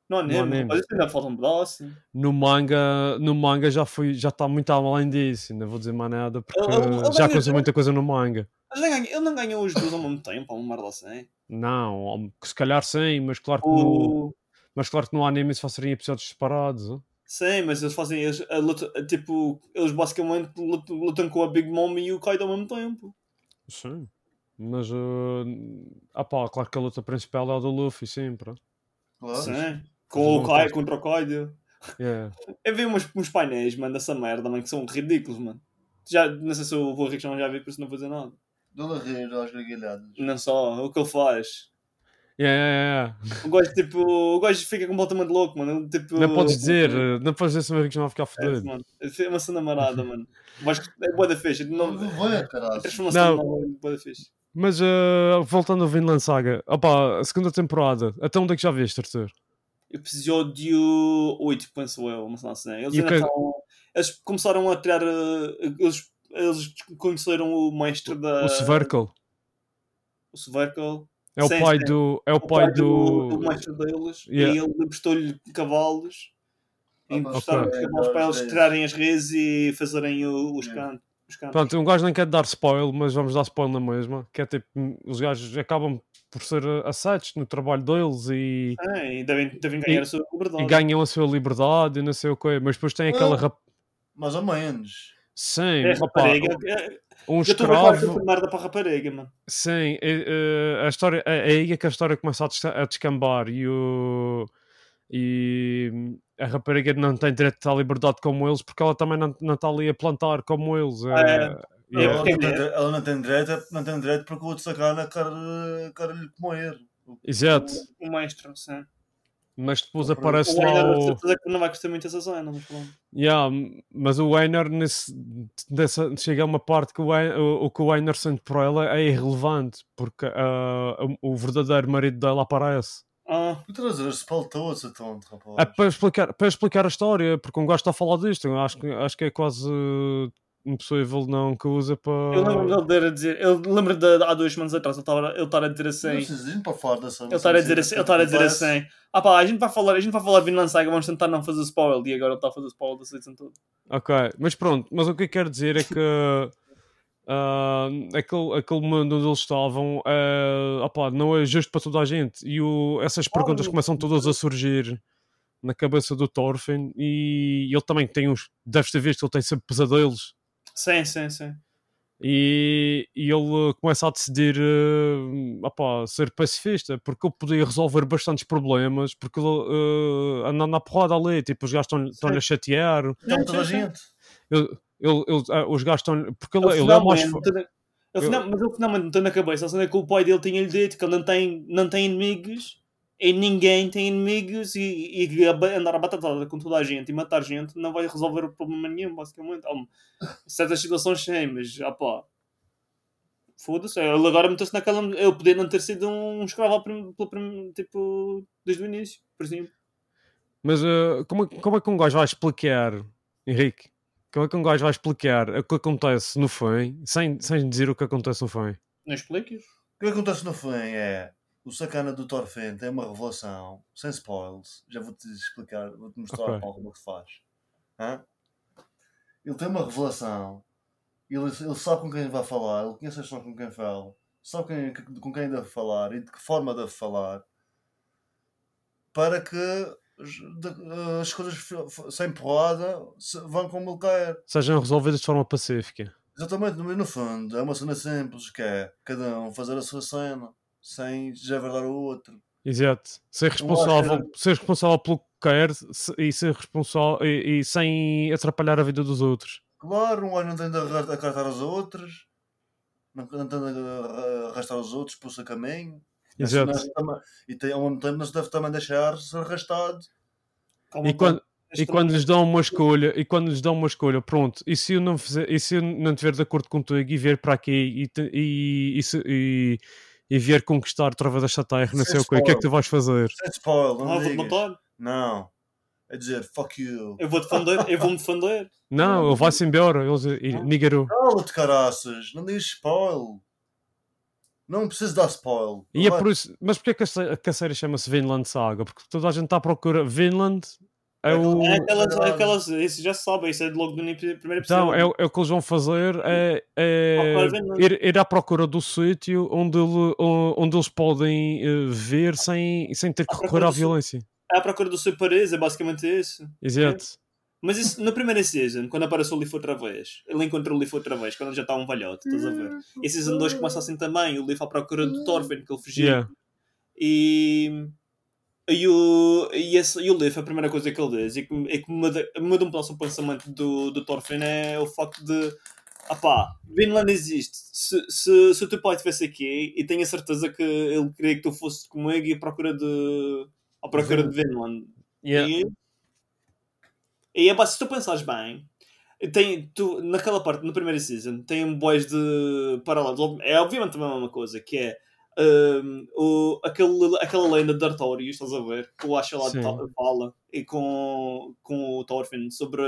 [SPEAKER 2] Não há
[SPEAKER 4] nem.
[SPEAKER 2] nem.
[SPEAKER 4] Mas isso ainda falta um pedaço.
[SPEAKER 2] No manga, no manga já foi, já está muito além disso, não vou dizer mais nada porque
[SPEAKER 4] Ele- ele- ele
[SPEAKER 2] já
[SPEAKER 4] vai
[SPEAKER 2] aconteceu
[SPEAKER 4] dizer-
[SPEAKER 2] muita coisa no manga.
[SPEAKER 4] Mas não ganha- ele não ganhou os dois ao mesmo tempo, uma merda assim.
[SPEAKER 2] Não, ou- se calhar sim, mas claro que no,
[SPEAKER 4] O...
[SPEAKER 2] mas claro que no anime isso seriam episódios separados. hein?
[SPEAKER 4] Sim, mas eles fazem. Eles, a luta- a, tipo, eles basicamente lutam, lutam com a Big Mom e o Kaido ao mesmo tempo.
[SPEAKER 2] Sim. Mas, eh, ah pá, claro que a luta principal é a do Luffy sempre.
[SPEAKER 3] Claro.
[SPEAKER 4] Sim. Com o
[SPEAKER 2] Não,
[SPEAKER 4] Kaido
[SPEAKER 2] tá-
[SPEAKER 4] contra o Kaido.
[SPEAKER 2] Yeah.
[SPEAKER 4] Eu vi uns, uns painéis, mano, dessa merda, mano, que são ridículos, mano. Já, não sei se o Vô Rick já vi, por isso não vou dizer nada.
[SPEAKER 3] Deu-lhe a rir às gargalhadas.
[SPEAKER 4] Não só, o que ele faz.
[SPEAKER 2] Yeah, yeah, yeah.
[SPEAKER 4] O gajo, tipo, o gajo fica completamente louco, mano. Tipo,
[SPEAKER 2] Não podes dizer, eh, não podes dizer se o meu Rick não vai ficar
[SPEAKER 4] É,
[SPEAKER 2] fodido.
[SPEAKER 4] mano. É uma cena marada, mano. Mas é boa da ficha.
[SPEAKER 3] Não
[SPEAKER 4] Não,
[SPEAKER 3] vai, caralho.
[SPEAKER 4] transformação
[SPEAKER 2] Não.
[SPEAKER 4] não. é boa da ficha.
[SPEAKER 2] Mas eh, voltando ao Vinland Saga, opa, a segunda temporada, até onde é que já viste, Arthur?
[SPEAKER 4] episódio 8, penso eu, mas não sei. né? Eles
[SPEAKER 2] E o
[SPEAKER 4] ainda
[SPEAKER 2] que-
[SPEAKER 4] estão. Eles começaram a tirar. eh, Eles, eles conheceram o mestre da.
[SPEAKER 2] O Severkel
[SPEAKER 4] O Severkel.
[SPEAKER 2] é o
[SPEAKER 4] sim,
[SPEAKER 2] pai
[SPEAKER 4] sim.
[SPEAKER 2] do. É o pai
[SPEAKER 4] do
[SPEAKER 2] do.
[SPEAKER 4] mestre deles.
[SPEAKER 2] Yeah.
[SPEAKER 4] E ele emprestou-lhe cavalos. E
[SPEAKER 3] Ah,
[SPEAKER 4] emprestaram
[SPEAKER 3] ok.
[SPEAKER 4] cavalos para eles tirarem as redes e fazerem o, os
[SPEAKER 3] Yeah.
[SPEAKER 4] can- os cantos.
[SPEAKER 2] Pronto, um gajo nem quer dar spoiler, mas vamos dar spoiler na mesma. Que é tipo, os gajos acabam por ser aceitos no trabalho deles e,
[SPEAKER 4] Ah, e devem, devem ganhar
[SPEAKER 2] E-
[SPEAKER 4] a sua
[SPEAKER 2] e
[SPEAKER 4] liberdade.
[SPEAKER 2] ganham a sua liberdade e não sei o quê, mas depois tem aquela.
[SPEAKER 3] Ah.
[SPEAKER 2] Rap...
[SPEAKER 3] Mais ou menos.
[SPEAKER 2] Sim,
[SPEAKER 4] É,
[SPEAKER 2] opa,
[SPEAKER 4] rapariga. é-
[SPEAKER 2] um
[SPEAKER 4] Eu estou a falar
[SPEAKER 2] escravo.
[SPEAKER 4] merda para a rapariga, mano.
[SPEAKER 2] Sim, é, é, a história, é é aí que a história começa a desca- a descambar e, o, e a rapariga não tem direito à liberdade como eles porque ela também não não está ali a plantar como eles. é,
[SPEAKER 4] É,
[SPEAKER 2] yeah.
[SPEAKER 3] Ela,
[SPEAKER 4] porque-
[SPEAKER 3] não tem, dire- ela não tem direito, não tem direito porque o outro sacana quer, quer lhe comer.
[SPEAKER 2] Exato.
[SPEAKER 4] O maestro, sim.
[SPEAKER 2] Mas depois aparece
[SPEAKER 4] o
[SPEAKER 2] lá
[SPEAKER 4] Weiner,
[SPEAKER 2] o...
[SPEAKER 4] certeza que não vai gostar muito dessa zona, mas pronto.
[SPEAKER 2] Yeah, mas o Weiner nesse, nessa- chega a uma parte que o, Wei- o, o que o Weiner sente por ela é irrelevante porque ah, o, o verdadeiro marido dela aparece.
[SPEAKER 4] Ah,
[SPEAKER 3] Tu estás a dizer, espaltou-se a tonto, então, rapaz.
[SPEAKER 2] É para explicar, para explicar a história, porque um gosto está a falar disto. Eu acho, que- acho que é quase impossível não que usa
[SPEAKER 4] eu
[SPEAKER 2] para.
[SPEAKER 4] lembro-me dele a dizer, eu lembro de, de há dois semanas atrás, ele estava ele estava a dizer
[SPEAKER 3] Não
[SPEAKER 4] assim.
[SPEAKER 3] precisas ir para fora dessa.
[SPEAKER 4] Ele estava a dizer assim, ele estava a dizer assim. Ah pá, a gente vai falar, a gente vai falar de Vinland Saga, vamos tentar não fazer spoiler. E agora ele está a fazer spoiler da season toda.
[SPEAKER 2] Ok, mas pronto, mas o que eu quero dizer é que ah, aquele, aquele mundo onde eles estavam ah, opá, não é justo para toda a gente. E o- essas perguntas
[SPEAKER 4] não.
[SPEAKER 2] começam todas a surgir na cabeça do Thorfinn e ele também tem uns. Deves ter visto que ele tem sempre pesadelos.
[SPEAKER 4] Sim, sim, sim.
[SPEAKER 2] E, e ele começa a decidir eh, opá, ser pacifista porque ele podia resolver bastantes problemas porque ele eh, anda na porrada ali, tipo, os gajos estão-lhe a chatear,
[SPEAKER 3] Então, toda a
[SPEAKER 4] Sim, sim,
[SPEAKER 3] gente.
[SPEAKER 2] ele- ele- ele- ah, os gajos estão porque ele,
[SPEAKER 4] Ele
[SPEAKER 2] ele é o mais
[SPEAKER 4] finalmente
[SPEAKER 2] fo-
[SPEAKER 4] tem- ele final- Mas ele finalmente não tem na cabeça. A cena é que o pai dele tinha-lhe dito que ele não tem, não tem inimigos e ninguém tem inimigos e, e que a ba- andar a batatada com toda a gente e matar gente não vai resolver o problema nenhum, basicamente. Há um- certas situações sim, mas ah pá. Foda-se, ele agora meteu-se naquela. Ele podia não ter sido um escravo ao prim- pelo prim- tipo, desde o início, por exemplo.
[SPEAKER 2] mas eh, como, é- como é que um gajo vai explicar Henrique como é que um gajo vai explicar o que acontece no fim sem, sem dizer o que acontece no fim
[SPEAKER 4] Não explicas?
[SPEAKER 3] O que acontece no fim é. O sacana do Thorfinn tem uma revelação, sem spoilers. Já vou-te explicar, vou-te mostrar
[SPEAKER 2] Ok.
[SPEAKER 3] Paulo, como é que faz. Hã? Ele tem uma revelação. Ele, ele sabe com quem vai falar, ele conhece a história com quem fala, sabe quem- com quem deve falar e de que forma deve falar para que as, de- eh, as coisas f- f- sem porrada se- vão como ele quer.
[SPEAKER 2] sejam resolvidas de forma pacífica
[SPEAKER 3] Exatamente, no, no fundo, é uma cena simples que é cada um fazer a sua cena sem desaverdar o outro.
[SPEAKER 2] exato ser
[SPEAKER 3] Eu acho que era-
[SPEAKER 2] responsável ser responsável pelo que quer se- e ser responsável e, e sem atrapalhar a vida dos outros
[SPEAKER 3] Claro, um gajo não tem de arra- acartar os outros, não, não tem de arra- arrastar os outros por seu caminho. Mas
[SPEAKER 2] exato
[SPEAKER 3] nós também- E tem, ao mesmo tempo não se deve também deixar ser arrastado.
[SPEAKER 4] Como
[SPEAKER 2] e quando
[SPEAKER 4] este
[SPEAKER 2] E quando lhes dão uma escolha, e quando lhes dão uma escolha, pronto, e se eu não fizer, e se eu não estiver de acordo contigo e vier para aqui e, te- e, e, se- e, e vier conquistar através desta terra, não
[SPEAKER 3] Sem
[SPEAKER 2] sei o que, o que é que tu
[SPEAKER 3] spoiler.
[SPEAKER 2] vais fazer?
[SPEAKER 3] Sem spoiler, não
[SPEAKER 4] Ah, eu vou-te
[SPEAKER 3] digas.
[SPEAKER 4] matar,
[SPEAKER 3] Não. É dizer, fuck you.
[SPEAKER 4] eu vou defender, eu vou-me defender.
[SPEAKER 2] Não, ele vai-se embora, eles, e, nígaro.
[SPEAKER 3] Cala-te, caraças. Não digas spoiler. Não preciso dar spoiler.
[SPEAKER 2] E é
[SPEAKER 3] Vai-
[SPEAKER 2] por isso, mas porquê que a sé- que a série chama-se Vinland Saga? Porque toda a gente está à procura. Vinland é
[SPEAKER 3] É
[SPEAKER 2] o.
[SPEAKER 4] É aquelas,
[SPEAKER 3] Verdade.
[SPEAKER 4] é aquelas, isso já se sabe, isso é de logo do ni- primeiro episódio.
[SPEAKER 2] Então, é, o- é o que eles vão fazer é, é
[SPEAKER 4] Procurar Vinland.
[SPEAKER 2] ir, ir à procura do sítio onde, ele- onde eles podem eh, ver sem, sem ter que
[SPEAKER 4] À procura
[SPEAKER 2] recorrer à
[SPEAKER 4] do sítio.
[SPEAKER 2] violência.
[SPEAKER 4] É a procura do seu paraíso, é basicamente isso.
[SPEAKER 2] Exato.
[SPEAKER 4] Mas isso, na primeira season, quando aparece o Leaf outra vez, ele encontra o Leaf outra vez, quando ele já está um valhote, estás a ver? E season 2 começa assim também, o Leaf à procura do Thorfinn, que ele fugiu.
[SPEAKER 2] Yeah.
[SPEAKER 4] E, e, o, e, esse, e o Leaf, a primeira coisa que ele diz, e que, é que muda, muda um pedaço o pensamento do, do Thorfinn, é o facto de. Ah pá, Vinland existe. Se, se, se o teu pai estivesse aqui, e tenho a certeza que ele queria que tu fosses comigo e à procura de. à procura de Vinland. E, é, e é pá, se tu pensares bem, tem, tu, naquela parte, na primeira season, tem um boys de paralelos. É obviamente também a mesma coisa, que é hum, o, aquele, aquela lenda de Artorius, estás a ver? Que o Asha lá
[SPEAKER 2] Sim.
[SPEAKER 4] ta- fala e com, com o Thorfinn sobre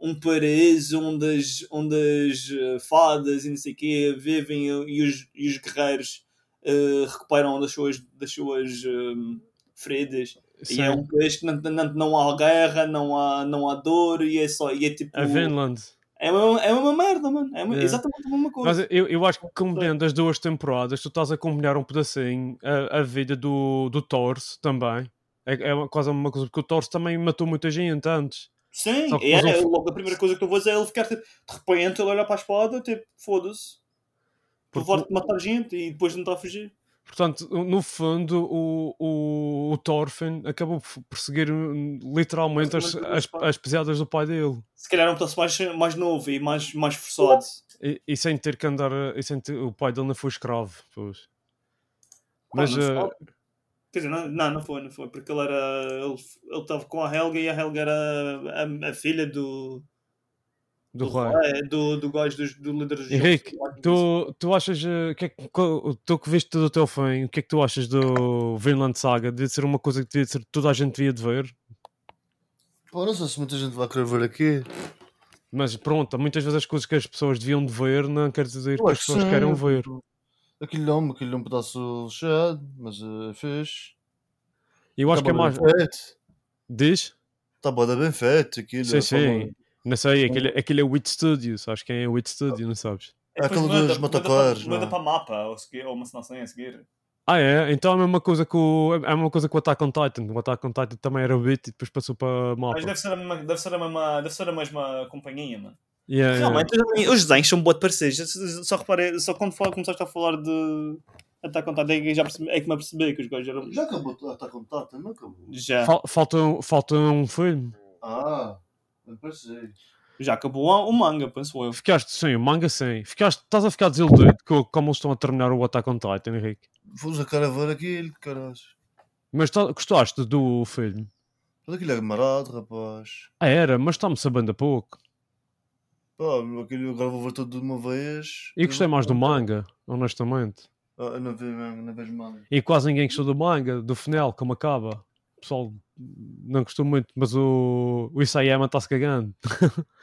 [SPEAKER 4] um paraíso onde as, onde as eh, fadas e não sei o quê vivem e os, e os guerreiros eh, recuperam das suas, das suas hum, feridas. E é
[SPEAKER 2] Sim.
[SPEAKER 4] um país que não, não, não há guerra, não há, não há dor e é só. E é tipo.
[SPEAKER 2] A Vinland.
[SPEAKER 4] É uma, é uma merda, mano. É uma-
[SPEAKER 2] É.
[SPEAKER 4] exatamente a mesma coisa.
[SPEAKER 2] Mas eu, eu acho que combinando as duas temporadas, tu estás a combinar um pedacinho a, a vida do, do Torce também. É, é uma- quase a mesma coisa, porque o Torce também matou muita gente antes.
[SPEAKER 4] Sim,
[SPEAKER 2] só que
[SPEAKER 4] é,
[SPEAKER 2] depois
[SPEAKER 4] é
[SPEAKER 2] eu-
[SPEAKER 4] logo a primeira coisa que tu vês é ele ficar tipo, de repente ele olhar para a espada, tipo, foda-se. Tu
[SPEAKER 2] Porque-
[SPEAKER 4] vais-te matar gente e depois não está a fugir.
[SPEAKER 2] Portanto, no fundo, o, o, o Thorfinn acabou por perseguir hum, literalmente as, as, as pesadas do pai dele.
[SPEAKER 4] Se calhar é um pedaço mais, mais novo e mais, mais forçado.
[SPEAKER 2] E, e sem ter que andar. a- E sem ter, o pai dele não foi escravo. Pois.
[SPEAKER 4] Pá,
[SPEAKER 2] Mas,
[SPEAKER 4] não se
[SPEAKER 2] eh,
[SPEAKER 4] sabe. Quer dizer, não, não, não foi, não foi, porque ele era. Ele ele estava com a Helga e a Helga era a, a filha do.
[SPEAKER 2] do Roy.
[SPEAKER 4] é, do, do gajo dos- do líder dos
[SPEAKER 2] Ah. Henrique,
[SPEAKER 4] jogos.
[SPEAKER 2] tu, tu achas eh, o que é que, co- tu que viste do teu fim, o que é que tu achas do Vinland Saga? Devia ser uma coisa que devia ser, toda a gente devia de ver,
[SPEAKER 3] Pô, não sei se muita gente vai querer ver aqui.
[SPEAKER 2] mas pronto, muitas vezes as coisas que as pessoas deviam de ver não quer dizer
[SPEAKER 3] Eu
[SPEAKER 2] que as
[SPEAKER 3] acho
[SPEAKER 2] pessoas
[SPEAKER 3] sim.
[SPEAKER 2] queiram ver.
[SPEAKER 3] Aquilo é um, aquilo é um pedaço lixado, mas eh, é fixe. Tá
[SPEAKER 2] Eu acho que é mais. Diz?
[SPEAKER 3] Está boda Tá bem feito aquilo. é
[SPEAKER 2] Sim,
[SPEAKER 3] a
[SPEAKER 2] sim.
[SPEAKER 3] forma-
[SPEAKER 4] um.
[SPEAKER 2] Não sei, aquele, aquele é o Wit Studios, acho que é o Wit Studio, não sabes?
[SPEAKER 3] É aquele
[SPEAKER 4] Depois
[SPEAKER 3] dos
[SPEAKER 4] manda-
[SPEAKER 3] motocarros.
[SPEAKER 4] Manda
[SPEAKER 3] não é?
[SPEAKER 4] para mapa, ou, segui- ou uma cena assim a seguir.
[SPEAKER 2] Ah, é? Então é a mesma coisa que o, é a mesma coisa que o Attack on Titan. O Attack on Titan também era o Wit e depois passou para mapa.
[SPEAKER 4] Mas é deve ser, a mesma, deve, ser a mesma, deve ser a mesma companhia, mano.
[SPEAKER 2] Yeah, yeah.
[SPEAKER 4] Realmente, os desenhos são boa de parecer. Só reparei, só quando fal- começaste a falar de. Até contar, é que, já percebi, é que me apercebi que os gajos eram.
[SPEAKER 3] Já acabou de estar contado, também acabou.
[SPEAKER 4] Já,
[SPEAKER 2] Fal- Falta, um- falta um filme.
[SPEAKER 3] Ah, não percebi.
[SPEAKER 4] já acabou o o manga, penso eu.
[SPEAKER 2] Ficaste sem o manga sem. Ficaste, estás a ficar desiludido com como eles estão a terminar o Attack on Titan, Henrique.
[SPEAKER 3] Vamos a cara ver aquilo, caralho.
[SPEAKER 2] Mas tá- gostaste do filme?
[SPEAKER 3] Mas aquilo é marado, rapaz.
[SPEAKER 2] Ah, era, mas está-me sabendo a pouco.
[SPEAKER 3] Pá, aquilo agora vou ver tudo de uma vez.
[SPEAKER 2] E gostei mais do manga, honestamente.
[SPEAKER 3] Ah, eu não vi mesmo, não vejo manga.
[SPEAKER 2] E quase ninguém gostou do manga, do final, como acaba. O pessoal não gostou muito, mas o, o Isayama está-se cagando.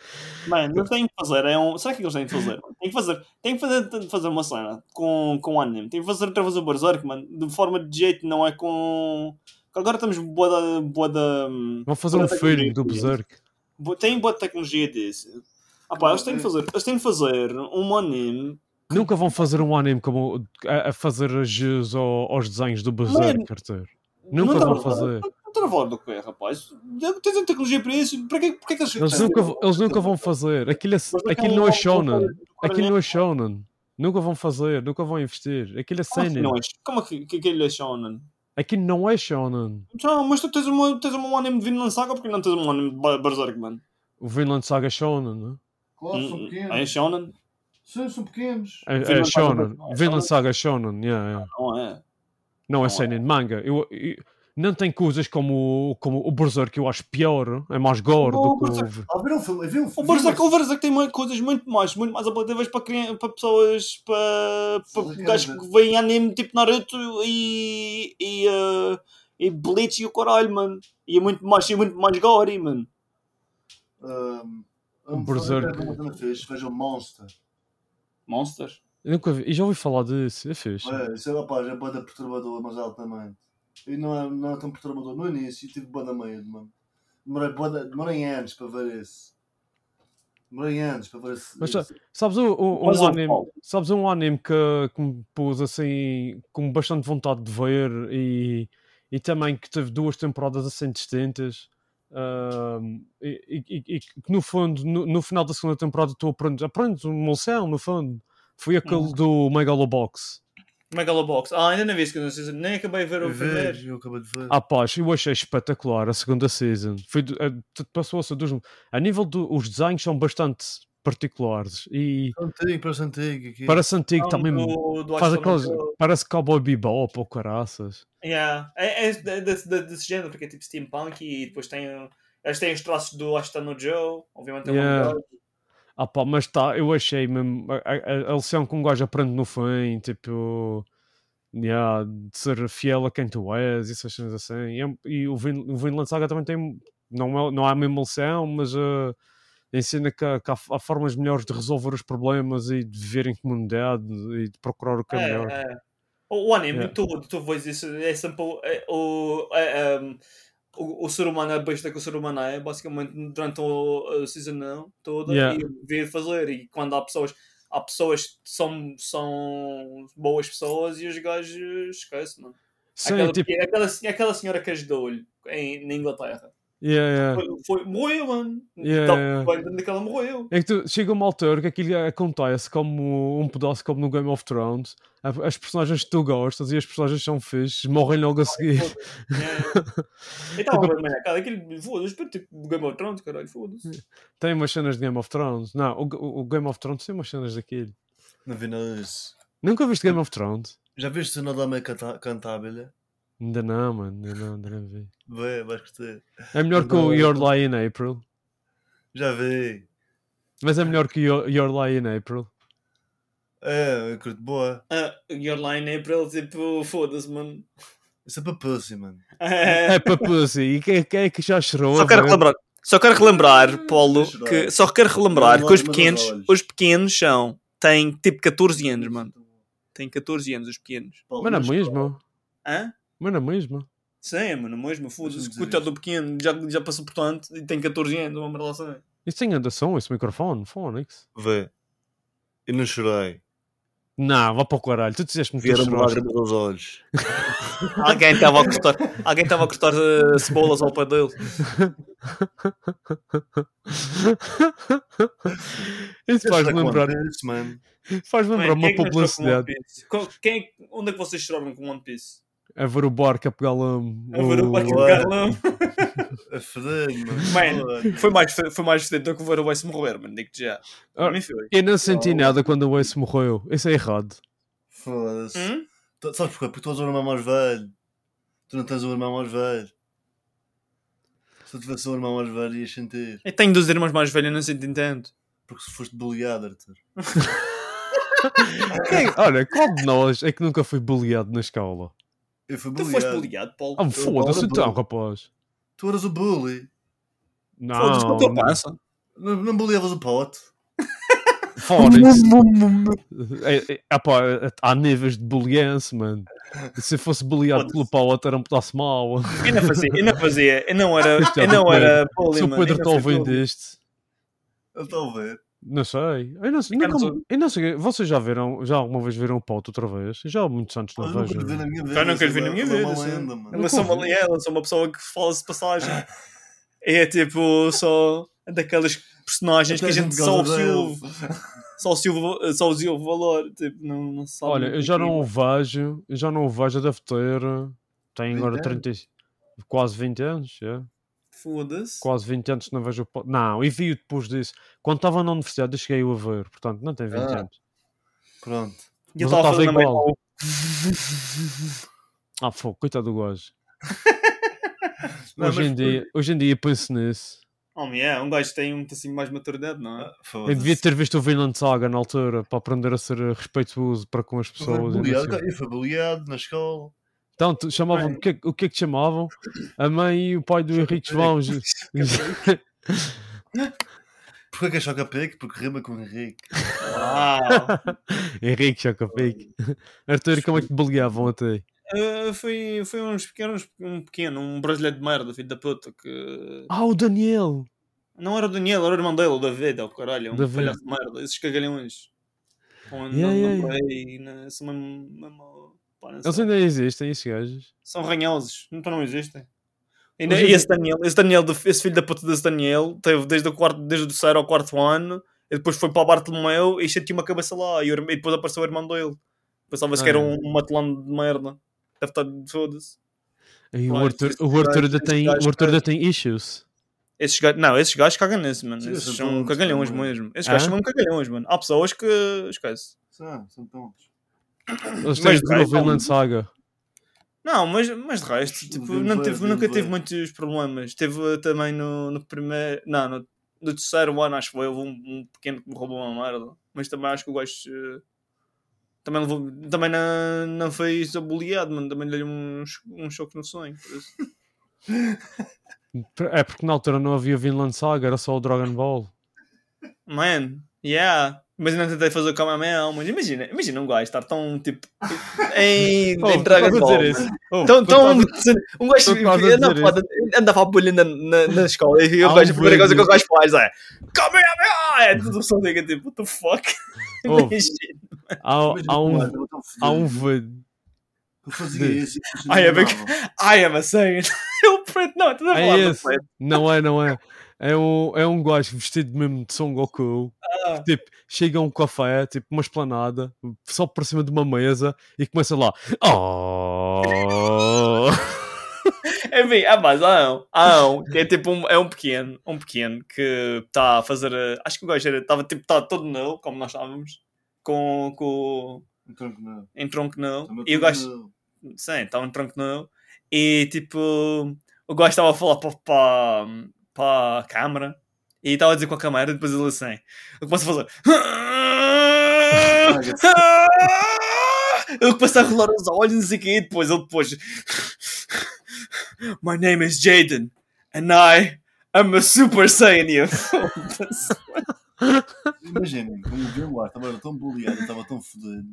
[SPEAKER 4] Mano, não tem que fazer. É um... Será que eles têm que fazer? Tem que fazer, tem que fazer, tem que fazer uma cena com, com anime. Tem que fazer outra vez o Berserk, mano. De forma de jeito, não é com. Agora estamos boa da. Boa da hum,
[SPEAKER 2] Vão fazer um
[SPEAKER 4] Agora tem que
[SPEAKER 2] filme
[SPEAKER 4] ver,
[SPEAKER 2] do Berserk.
[SPEAKER 4] bo- tem boa tecnologia disso. Ah, pá, eles têm que fazer, eles têm que fazer um anime.
[SPEAKER 2] Nunca vão fazer um anime como o- a, a fazer jus ao- aos desenhos do Berserk, Arthur. Nunca
[SPEAKER 4] Não
[SPEAKER 2] vão
[SPEAKER 4] tá-
[SPEAKER 2] fazer.
[SPEAKER 4] Não estou a falar do que é, rapaz. Tens a tecnologia para isso. Para que, para que é que eles
[SPEAKER 2] Eles nunca, vão- eles nunca vão fazer. Aquilo, é,
[SPEAKER 4] Mas é que
[SPEAKER 2] aquilo não é
[SPEAKER 4] um-
[SPEAKER 2] shonen.
[SPEAKER 4] um-
[SPEAKER 2] Aquilo não é shonen. Nunca vão fazer, nunca vão investir. Aquilo é
[SPEAKER 4] Como é que
[SPEAKER 2] seinen.
[SPEAKER 4] não é? Como é que, que, que ele é shonen?
[SPEAKER 2] Aquilo não é shonen.
[SPEAKER 4] Então, mas tu tens, uma, tens um anime de Vinland Saga, porque não tens um anime de Ba- Berserk, mano?
[SPEAKER 2] O Vinland Saga é shonen, né?
[SPEAKER 3] Claro, são
[SPEAKER 4] É
[SPEAKER 3] pequenos.
[SPEAKER 4] Shonen?
[SPEAKER 3] Sim, são pequenos.
[SPEAKER 2] É, é
[SPEAKER 4] Vinland Saga
[SPEAKER 2] shonen.
[SPEAKER 4] não é
[SPEAKER 2] Vinland
[SPEAKER 4] shonen.
[SPEAKER 2] Saga é shonen, yeah, yeah.
[SPEAKER 4] Não é?
[SPEAKER 2] Não
[SPEAKER 4] Não
[SPEAKER 2] é
[SPEAKER 4] é.
[SPEAKER 2] seinen. Manga. Eu, eu- não tem coisas como, o- como o Berserk, eu acho pior. É mais gore
[SPEAKER 4] Não,
[SPEAKER 2] do
[SPEAKER 4] o
[SPEAKER 2] que o...
[SPEAKER 4] Berserk-
[SPEAKER 2] V-
[SPEAKER 3] Ah, viram um filme? Viram um
[SPEAKER 4] O
[SPEAKER 3] filme?
[SPEAKER 4] Berserk, o Berserk tem mais coisas muito mais, muito mais apelativas para, crian- para pessoas, para, para
[SPEAKER 3] Sim,
[SPEAKER 4] gajos que veem anime tipo Naruto e, e, eh, e Bleach e o caralho, mano. E é muito mais, e é muito mais gore, mano.
[SPEAKER 3] Ahm,
[SPEAKER 2] O
[SPEAKER 3] um
[SPEAKER 2] Berserk.
[SPEAKER 3] filme que eu não fiz, Vejam Monster.
[SPEAKER 4] Monsters.
[SPEAKER 2] Eu nunca vi- eu já ouvi falar disso. É fixe.
[SPEAKER 3] É, isso é rapaz, é banda perturbador, mas altamente. E não é, não é tão perturbador no início, tive banda meio, mano. Demorei, bué de- demorei anos para ver isso. Demorei anos para ver esse-
[SPEAKER 2] Mas
[SPEAKER 3] isso.
[SPEAKER 2] Sabes o, o- um
[SPEAKER 4] Mas o
[SPEAKER 2] anime,
[SPEAKER 4] qual?
[SPEAKER 2] sabes um anime que, que me pôs assim com bastante vontade de ver e, e também que teve duas temporadas assim distintas ahm, e, e- e- e que no fundo, no, no final da segunda temporada tu aprendes, aprendes uma lição no fundo. Foi aquele
[SPEAKER 4] Uhum.
[SPEAKER 2] do Megalobox.
[SPEAKER 4] Megalobox. Ah, ainda não vi isso, que eu não sei se- nem acabei de ver o
[SPEAKER 3] Eu
[SPEAKER 4] primeiro.
[SPEAKER 3] vejo, eu acabei de ver.
[SPEAKER 2] Ah, paz, eu achei espetacular a segunda season. Foi do- a- Passou-se a dos. A nível dos os desenhos são bastante particulares e
[SPEAKER 3] É um Antigo, parece antigo aqui.
[SPEAKER 2] parece antigo
[SPEAKER 4] Ah,
[SPEAKER 2] também.
[SPEAKER 4] do- do
[SPEAKER 2] Faz
[SPEAKER 4] Ashton
[SPEAKER 2] aquelas.
[SPEAKER 4] Kutcher.
[SPEAKER 2] Parece Cowboy Bebop ou caraças.
[SPEAKER 4] Yeah. É, é de- de- de- desse género, porque é tipo steampunk e depois tem. uh, Eles têm os traços do Ashton no Joe, obviamente é
[SPEAKER 2] Yeah.
[SPEAKER 4] yeah.
[SPEAKER 2] Ah pá, mas tá, eu achei mesmo. A, a, a lição que um gajo aprende no fim, tipo. yeah, de ser fiel a quem tu és, e essas cenas assim. E, é- e o, Vin, o Vinland Saga também tem. Não, é, não há a mesma lição, mas ah, ensina que, há- que há, há formas melhores de resolver os problemas e de viver em comunidade e de procurar o que é, melhor.
[SPEAKER 4] é, é. O, o anime,
[SPEAKER 2] Yeah.
[SPEAKER 4] tu, tu vês isso, é sempre o, é, o, é, um, o, o ser humano, a besta que o ser humano é, basicamente durante o, a season não toda
[SPEAKER 2] Yeah.
[SPEAKER 4] e vê fazer. E quando há pessoas, há pessoas que são, são boas pessoas e os gajos esquece, mano.
[SPEAKER 2] Sim,
[SPEAKER 4] aquela,
[SPEAKER 2] tipo.
[SPEAKER 4] aquela, aquela senhora que ajudou-lhe em- na Inglaterra.
[SPEAKER 2] yeah, yeah.
[SPEAKER 4] Foi, foi- morreu, mano.
[SPEAKER 2] Ah. Yeah,
[SPEAKER 4] Tá-
[SPEAKER 2] yeah, yeah.
[SPEAKER 4] Foi dentro daquela morreu.
[SPEAKER 2] É que tu, chega uma altura que aquilo acontece como um pedaço como no Game of Thrones. A- As personagens que tu gostas e as personagens são fixes morrem logo a seguir.
[SPEAKER 4] Então, mano, cara, aquele. Foda-se, espera, tipo, Game of Thrones, caralho, foda-se.
[SPEAKER 2] Tem umas cenas de Game of Thrones. Não, o, o- o Game of Thrones tem umas cenas daquilo.
[SPEAKER 3] Não vi nada disso.
[SPEAKER 2] Nunca viste Game of Thrones?
[SPEAKER 3] Já viste o Nodame Canta- Cantabile?
[SPEAKER 2] Ainda não, mano. Ainda não, ainda não vi.
[SPEAKER 3] Vê, vais gostar.
[SPEAKER 2] É melhor que o Your Lie in April.
[SPEAKER 3] Já vi.
[SPEAKER 2] Mas é melhor que o Your- Your Lie in April.
[SPEAKER 3] É, eu curto boa.
[SPEAKER 5] Ah, Your Line
[SPEAKER 4] é
[SPEAKER 5] April, tipo, foda-se, mano.
[SPEAKER 3] Isso é para pussy, mano.
[SPEAKER 2] É para pussy. E quem, quem é que já chorou?
[SPEAKER 5] Só
[SPEAKER 2] a
[SPEAKER 5] quero
[SPEAKER 2] ver?
[SPEAKER 5] relembrar. Só quero relembrar, Paulo,
[SPEAKER 3] Deixa eu
[SPEAKER 5] que
[SPEAKER 3] dar.
[SPEAKER 5] só quero relembrar
[SPEAKER 3] Não
[SPEAKER 5] que os
[SPEAKER 3] olhe, mas
[SPEAKER 5] pequenos,
[SPEAKER 3] olhe.
[SPEAKER 5] os pequenos são, têm tipo 14 anos, mano. Têm 14 anos os pequenos.
[SPEAKER 3] Paulo,
[SPEAKER 2] Mas não é
[SPEAKER 3] mas-
[SPEAKER 2] mesmo?
[SPEAKER 5] Hã?
[SPEAKER 2] Mas não é mesmo?
[SPEAKER 5] Sim, mano, mesmo,
[SPEAKER 3] Deixa-me
[SPEAKER 5] foda-se.
[SPEAKER 3] dizer
[SPEAKER 5] Coitado
[SPEAKER 3] isto.
[SPEAKER 5] do pequeno, já, já passou por tanto e tem 14 anos, uma merda assim. lá sabe.
[SPEAKER 2] Isso tem andação, esse microfone, Phonics.
[SPEAKER 3] Vê. Eu não chorei.
[SPEAKER 2] Não, vá para o caralho. Tu disseste-me que
[SPEAKER 3] Vieram-me
[SPEAKER 2] choraste.
[SPEAKER 3] lágrimas aos olhos.
[SPEAKER 5] Alguém estava a cortar, alguém estava a cortar eh, cebolas ao pé dele.
[SPEAKER 2] Isso faz-me lembrar,
[SPEAKER 3] Isso, mano.
[SPEAKER 2] faz lembrar
[SPEAKER 5] Mãe,
[SPEAKER 2] uma
[SPEAKER 5] quem é que não chorou com One
[SPEAKER 2] publicidade.
[SPEAKER 5] Piece? Co- Quem, é que- onde é que vocês choraram com One Piece?
[SPEAKER 2] A ver o barco a pegar lame.
[SPEAKER 5] A ver o
[SPEAKER 2] Oh.
[SPEAKER 5] barco do
[SPEAKER 3] Ué.
[SPEAKER 5] Carlão.
[SPEAKER 3] A foder, mano.
[SPEAKER 5] Mano.
[SPEAKER 3] Foda.
[SPEAKER 5] Foi mais, foi mais fedido do que ver o Wes morrer, mano. Digo-te já.
[SPEAKER 2] Ah.
[SPEAKER 5] Para mim foi.
[SPEAKER 2] Eu não senti nada quando o Ace morreu. Isso é errado.
[SPEAKER 3] Foda-se.
[SPEAKER 5] Hum?
[SPEAKER 3] Tu- Sabes porquê? Porque tu és o irmão mais velho. Tu não tens o irmão mais velho. Se tu tivesse o irmão mais velho, ias sentir.
[SPEAKER 5] Eu tenho dois irmãos mais velhos, não senti tanto.
[SPEAKER 3] Porque se foste bullyado, Arthur.
[SPEAKER 2] Quem- olha, qual de nós é que nunca foi bullyado na escola?
[SPEAKER 3] Eu fui
[SPEAKER 5] Tu
[SPEAKER 3] bullyado.
[SPEAKER 5] foste bullyado, Paulo.
[SPEAKER 2] Ah, foda-se
[SPEAKER 3] era
[SPEAKER 2] então,
[SPEAKER 3] bully.
[SPEAKER 2] rapaz.
[SPEAKER 3] Tu eras o bully.
[SPEAKER 2] Não,
[SPEAKER 5] Foda-se com a tua pança.
[SPEAKER 3] Não, não bullyavas o pote.
[SPEAKER 2] Phonics. É- é- ah pá, há níveis de bulliance, mano. Se eu fosse bulliado
[SPEAKER 5] Foda-se.
[SPEAKER 2] pelo pau, até era um pedaço mau.
[SPEAKER 5] Eu não fazia, eu não fazia. Eu não era,
[SPEAKER 2] Isto é
[SPEAKER 5] eu não
[SPEAKER 2] muito
[SPEAKER 5] era bully,
[SPEAKER 2] Se o
[SPEAKER 5] mano.
[SPEAKER 2] Pedro
[SPEAKER 5] Eu
[SPEAKER 2] está
[SPEAKER 5] não fui
[SPEAKER 2] ouvindo
[SPEAKER 5] bully.
[SPEAKER 2] isto.
[SPEAKER 3] Eu estou a ver.
[SPEAKER 2] Não sei. Eu não, sei-
[SPEAKER 5] Ficar
[SPEAKER 2] nunca-
[SPEAKER 5] nos-
[SPEAKER 2] eu não sei. Vocês já viram, já alguma vez viram o Pote outra vez? Eu Já há muitos anos
[SPEAKER 3] Ah, Eu
[SPEAKER 2] não
[SPEAKER 3] nunca lhe vi
[SPEAKER 2] vejo.
[SPEAKER 3] na minha vida.
[SPEAKER 5] Eu nunca lhe
[SPEAKER 3] isso
[SPEAKER 5] vi
[SPEAKER 3] é
[SPEAKER 5] na
[SPEAKER 3] uma- é
[SPEAKER 5] minha
[SPEAKER 3] uma
[SPEAKER 5] vida. assim.
[SPEAKER 3] lenda, mano.
[SPEAKER 5] Ela é só uma ela é só uma pessoa que fala-se de passagem. É tipo, só daquelas personagens que a gente só se ouve. Só se ouve, só se ouve valor. Tipo, não, não se sabe. é
[SPEAKER 2] Olha,
[SPEAKER 5] muito
[SPEAKER 2] eu já
[SPEAKER 5] aquilo.
[SPEAKER 2] não o vejo. Eu já não o vejo. Eu devo ter. Tem
[SPEAKER 3] 20
[SPEAKER 2] agora
[SPEAKER 3] anos?
[SPEAKER 2] 30, e- quase 20 anos. é.
[SPEAKER 5] Foda-se.
[SPEAKER 2] Quase 20 anos que não vejo o Pote. Não, e vi depois disso. Quando estava na universidade, eu cheguei a ver. Portanto, não tem 20
[SPEAKER 3] Ah.
[SPEAKER 2] anos.
[SPEAKER 3] Pronto.
[SPEAKER 5] E eu
[SPEAKER 2] Mas eu
[SPEAKER 5] estava
[SPEAKER 2] tava
[SPEAKER 5] fazendo a
[SPEAKER 2] igual.
[SPEAKER 5] mesma-
[SPEAKER 2] Ah, fogo, coitado do gajo.
[SPEAKER 3] Não,
[SPEAKER 2] hoje,
[SPEAKER 3] mas
[SPEAKER 2] em dia, hoje em dia penso nisso.
[SPEAKER 5] Homem, é, um gajo tem um assim mais maturidade, não é?
[SPEAKER 2] Eu devia ter visto o Vinland Saga na altura para aprender a ser respeitoso para com as pessoas. e não sei o quê.
[SPEAKER 3] Eu fui bullyado na escola.
[SPEAKER 2] Então, te- chamavam o que, é que- o que é que te chamavam? A mãe e o pai do Henrique João.
[SPEAKER 3] Porquê que é choca pique? Porque rima com Henrique.
[SPEAKER 5] Uau!
[SPEAKER 2] Henrique Chocapique. Arthur, como é que te bulgavam até? ti?
[SPEAKER 5] Ah, foi, foi uns pequenos, um pequeno, um brasileiro de merda, filho da puta, que
[SPEAKER 2] Ah, o Daniel!
[SPEAKER 5] não era o Daniel, era o irmão dele, o David, ao caralho, um
[SPEAKER 2] David.
[SPEAKER 5] palhaço de merda, esses cagalhões. Com um
[SPEAKER 2] Yeah, yeah,
[SPEAKER 5] nome aí, né, são mesmo. mesmo- pá, não
[SPEAKER 2] Eles
[SPEAKER 5] sei.
[SPEAKER 2] ainda existem, esses gajos.
[SPEAKER 5] São ranhosos, não, não existem. Ainda,
[SPEAKER 2] Hoje em
[SPEAKER 5] e esse Daniel, esse Daniel, do- esse filho da puta desse Daniel, teve desde o quarto, desde o terceiro ao quarto ano, e depois foi para o Bartolomeu e chateou uma cabeça lá, e, o irmão- e depois apareceu o irmão dele. Pensava-se que
[SPEAKER 2] Ah,
[SPEAKER 5] era
[SPEAKER 2] é.
[SPEAKER 5] um, um matelão de merda. Deve estar de foda-se.
[SPEAKER 2] E o
[SPEAKER 5] Claro,
[SPEAKER 2] Arthur,
[SPEAKER 5] esses
[SPEAKER 2] o Arthur
[SPEAKER 5] gajos-
[SPEAKER 2] ainda tem,
[SPEAKER 5] esses
[SPEAKER 2] o Arthur ainda
[SPEAKER 5] gajos-
[SPEAKER 2] tem issues.
[SPEAKER 5] Esses gajos, não, esses gajos cagam nesse, mano.
[SPEAKER 3] Sim,
[SPEAKER 5] Esses
[SPEAKER 3] são
[SPEAKER 5] são
[SPEAKER 3] todos,
[SPEAKER 5] cagalhões
[SPEAKER 3] mano.
[SPEAKER 5] mesmo. Esses
[SPEAKER 2] Hã?
[SPEAKER 5] gajos são mesmo cagalhões, mano. Há pessoas que. Esquece.
[SPEAKER 3] São, são tontos.
[SPEAKER 2] Eles têm
[SPEAKER 5] Mas
[SPEAKER 2] que ver o
[SPEAKER 5] gajos-
[SPEAKER 2] Vinland Saga.
[SPEAKER 5] Não, mas, mas de resto, tipo,
[SPEAKER 3] Vimos
[SPEAKER 5] não
[SPEAKER 3] bem,
[SPEAKER 5] teve,
[SPEAKER 3] vimos
[SPEAKER 5] nunca teve
[SPEAKER 3] bem.
[SPEAKER 5] muitos problemas. Teve eh, também no, no primeiro. Não, no, no terceiro ano, acho que foi. Houve um, um pequeno que me roubou uma merda. Mas também acho que o gajo. eh, Também, levou, também não, não foi aboleado, mano. Também lhe um, cho- um choque no sonho. por isso.
[SPEAKER 2] É porque na altura não havia Vinland Saga, era só o Dragon Ball.
[SPEAKER 5] Man, yeah. Mas não tentei fazer o Kamehameha, mas imagina, imagina um gajo estar tão tipo. em,
[SPEAKER 2] Oh,
[SPEAKER 5] em
[SPEAKER 2] tu estás a
[SPEAKER 5] Dragon Ball.
[SPEAKER 2] dizer
[SPEAKER 5] mano.
[SPEAKER 2] isso. Oh,
[SPEAKER 5] Então,
[SPEAKER 2] tu
[SPEAKER 5] então
[SPEAKER 2] estás a-
[SPEAKER 5] um gajo
[SPEAKER 2] tu estás a dizer
[SPEAKER 5] andava, andava a bullying na, na, na escola e
[SPEAKER 2] Há
[SPEAKER 5] o
[SPEAKER 2] um
[SPEAKER 5] gajo, a primeira coisa que
[SPEAKER 2] vídeo.
[SPEAKER 5] o gajo faz é Kamehameha! É tudo só diga tipo, what the fuck?
[SPEAKER 2] Ouve.
[SPEAKER 5] Imagina.
[SPEAKER 2] há-
[SPEAKER 3] Mas
[SPEAKER 2] há
[SPEAKER 3] eu-
[SPEAKER 2] um-
[SPEAKER 3] eu vou tão fedido.
[SPEAKER 2] Há um vídeo.
[SPEAKER 3] Eu fazia isso. e depois
[SPEAKER 5] Ai, é bem-
[SPEAKER 3] chamava.
[SPEAKER 5] I am a Saiyan. É o preto, não, estás a falar
[SPEAKER 2] É
[SPEAKER 5] do
[SPEAKER 2] esse.
[SPEAKER 5] preto.
[SPEAKER 2] Não é, não é. É um, é um gajo vestido mesmo de Son Goku.
[SPEAKER 5] Ah.
[SPEAKER 2] Que, tipo, chega a um café, tipo, uma esplanada, só por cima de uma mesa e começa lá. Oh!
[SPEAKER 5] Enfim, ah, mas há um, há um, que é tipo um, é um pequeno, um pequeno que está a fazer. eh, Acho que o gajo estava tipo, tá todo nu, como nós estávamos, com, com
[SPEAKER 3] Um tronco não.
[SPEAKER 5] em tronco nu,
[SPEAKER 3] Também
[SPEAKER 5] e o
[SPEAKER 3] tronco
[SPEAKER 5] gajo
[SPEAKER 3] não.
[SPEAKER 5] Sim, estava tá um tronco novo. E tipo, o gajo estava a falar para, para, para a câmara e estava a dizer com a câmara, depois ele assim. "Ah, Eu começo a fazer. Eu começo a rolar os olhos, não sei o quê, e depois ele depois. My name is Jaden, and I am a Super Saiyan. E eu,
[SPEAKER 3] Imaginem, como o Game War estava era tão bullying, estava tão fodido,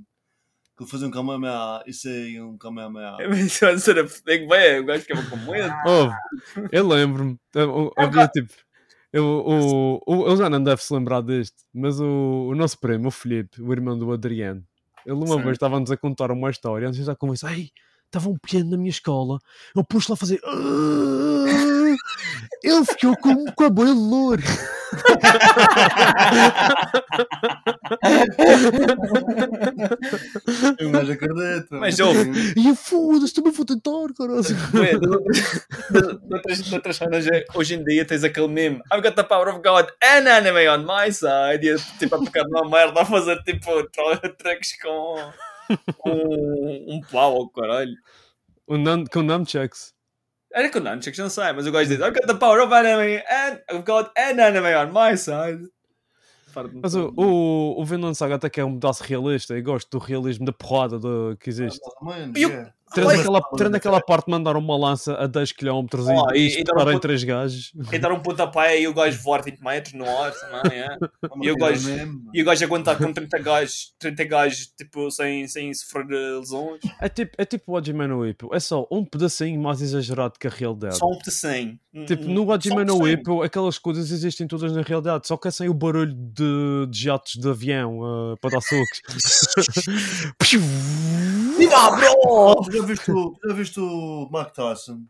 [SPEAKER 3] que ele fazia um Kamehameha e saía um Kamehameha.
[SPEAKER 5] Isso é uma cena fudeu, bem, o gajo ficava com medo.
[SPEAKER 2] Houve. Eu lembro-me. Eu- eu- Havia tipo. Eu, o, o, ele já não deve se lembrar deste, mas o, o nosso primo, o Felipe, o irmão do Adriano, ele uma
[SPEAKER 5] Sim.
[SPEAKER 2] vez estava-nos a contar uma história. Antes já conversar, ei, estava um piano na minha escola, eu pus lá a fazer. "Ah!" Ele ficou com um cabelo louro.
[SPEAKER 3] Eu mais acredito.
[SPEAKER 5] Mas ouve,
[SPEAKER 2] E eu foda-se, também vou tentar, caralho.
[SPEAKER 5] Ué, noutras, noutras cenas, é, hoje em dia tens aquele meme I've got the power of God and anime on my side e é, tipo a pegar uma merda a fazer tipo tro- truques com com um, pau ou caralho
[SPEAKER 2] O Nam- Com nunchucks.
[SPEAKER 5] era com Nunchucks, não sei, mas o gajo diz I've got the power of anime and of God and anime on my side Pardon.
[SPEAKER 2] Mas o, o, o Vinland Saga até que é um pedaço realista. Eu gosto do realismo da porrada do- que existe.
[SPEAKER 3] Mano,
[SPEAKER 5] E eu-
[SPEAKER 3] yeah.
[SPEAKER 2] Tirando
[SPEAKER 5] Olha,
[SPEAKER 2] aquela, tirando aquela parte de mandar uma lança a 10 km
[SPEAKER 5] Oh,
[SPEAKER 2] e,
[SPEAKER 5] e-
[SPEAKER 2] e
[SPEAKER 5] e dar
[SPEAKER 2] espetar
[SPEAKER 5] um
[SPEAKER 2] em
[SPEAKER 5] puto-
[SPEAKER 2] 3 gajos.
[SPEAKER 5] e dar um pontapé e o gajo voar 20 metros no ar também, é. E eu gosto- E o gajo aguentar com 30 gajos, 30 gajos tipo, sem, sem sofrer eh, lesões.
[SPEAKER 2] É tipo, é tipo o Hajime no Ippo. É só um pedacinho mais exagerado que a realidade.
[SPEAKER 5] Só um pedacinho.
[SPEAKER 2] Tipo,
[SPEAKER 5] Hum,
[SPEAKER 2] no
[SPEAKER 5] só um
[SPEAKER 2] Hajime no
[SPEAKER 5] pedacinho.
[SPEAKER 2] Ippo, aquelas coisas existem todas na realidade, só que é sem o barulho de, de jatos de avião ah, para dar Ah, socos. Piu!
[SPEAKER 5] Viva, Tipo, "Ah, bro!
[SPEAKER 3] Já viste, o- já viste o Mark Tyson?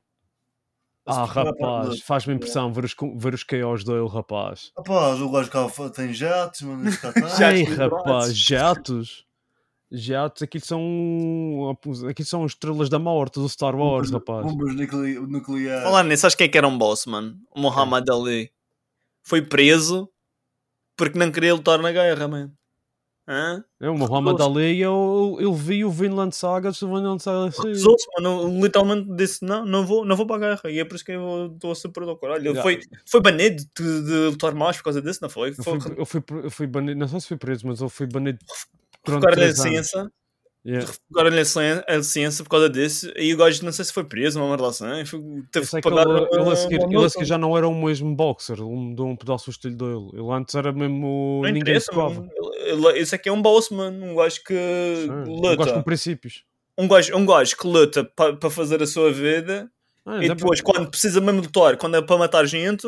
[SPEAKER 5] é
[SPEAKER 2] ah,
[SPEAKER 3] Se preparar para-
[SPEAKER 2] rapaz, faz-me impressão ver os, co- ver os KOs dele, rapaz.
[SPEAKER 3] Rapaz, o gajo cá fa- tem jatos, mano. esse cá tá.
[SPEAKER 5] Jatos
[SPEAKER 2] Ai,
[SPEAKER 5] de
[SPEAKER 2] rapaz,
[SPEAKER 5] braços.
[SPEAKER 2] jatos. Jatos, aquilo são. Aquilo são estrelas da morte do
[SPEAKER 5] Um
[SPEAKER 2] Star Wars, rapaz.
[SPEAKER 3] Bombas nucle- nucleares.
[SPEAKER 5] Falar nisso, acho que é que era um boss, mano. O Muhammad Ali foi preso porque não queria lutar na guerra, mano. Hã?
[SPEAKER 2] É o Muhammad
[SPEAKER 5] Recusou-se.
[SPEAKER 2] Ali, eu, eu vi o Vinland Saga, se o Vinland Saga saiu.
[SPEAKER 5] Recusou-se, mano. Literalmente disse: Não, não vou, não vou para a guerra. E é por isso que eu estou a super do caralho. Ele
[SPEAKER 2] Já.
[SPEAKER 5] foi, foi banido de, de lutar mais por causa disso, não foi?
[SPEAKER 2] Eu
[SPEAKER 5] Foi
[SPEAKER 2] fui, eu fui, eu fui banido, não sei se fui preso, mas eu fui banido durante
[SPEAKER 5] revogaram-lhe a
[SPEAKER 2] três anos.
[SPEAKER 5] licença.
[SPEAKER 2] Yeah.
[SPEAKER 5] Revogaram-lhe a cen- a licença por causa disso. E o gajo, não sei se foi preso, uma merda assim. foi-
[SPEAKER 2] Eu
[SPEAKER 5] Teve
[SPEAKER 2] sei
[SPEAKER 5] que
[SPEAKER 2] que ele,
[SPEAKER 5] pagar. um
[SPEAKER 2] ele a
[SPEAKER 5] uma-
[SPEAKER 2] seguir,
[SPEAKER 5] uma
[SPEAKER 2] ele a
[SPEAKER 5] multa.
[SPEAKER 2] seguir já não era o mesmo boxer, ele mudou um pedaço do estilo dele. Ele antes era mesmo.
[SPEAKER 5] Não
[SPEAKER 2] ninguém
[SPEAKER 5] interessa, um
[SPEAKER 2] escoava.
[SPEAKER 5] mano. Ele- ele- Isso aqui é um boss, mano. Um gajo que
[SPEAKER 2] Eu gosto com
[SPEAKER 5] luta.
[SPEAKER 2] princípios.
[SPEAKER 5] Um gajo, um gajo que luta para fazer a sua vida
[SPEAKER 2] Ah,
[SPEAKER 5] e
[SPEAKER 2] ainda,
[SPEAKER 5] depois,
[SPEAKER 2] bem,
[SPEAKER 5] quando precisa mesmo lutar, quando é para matar gente,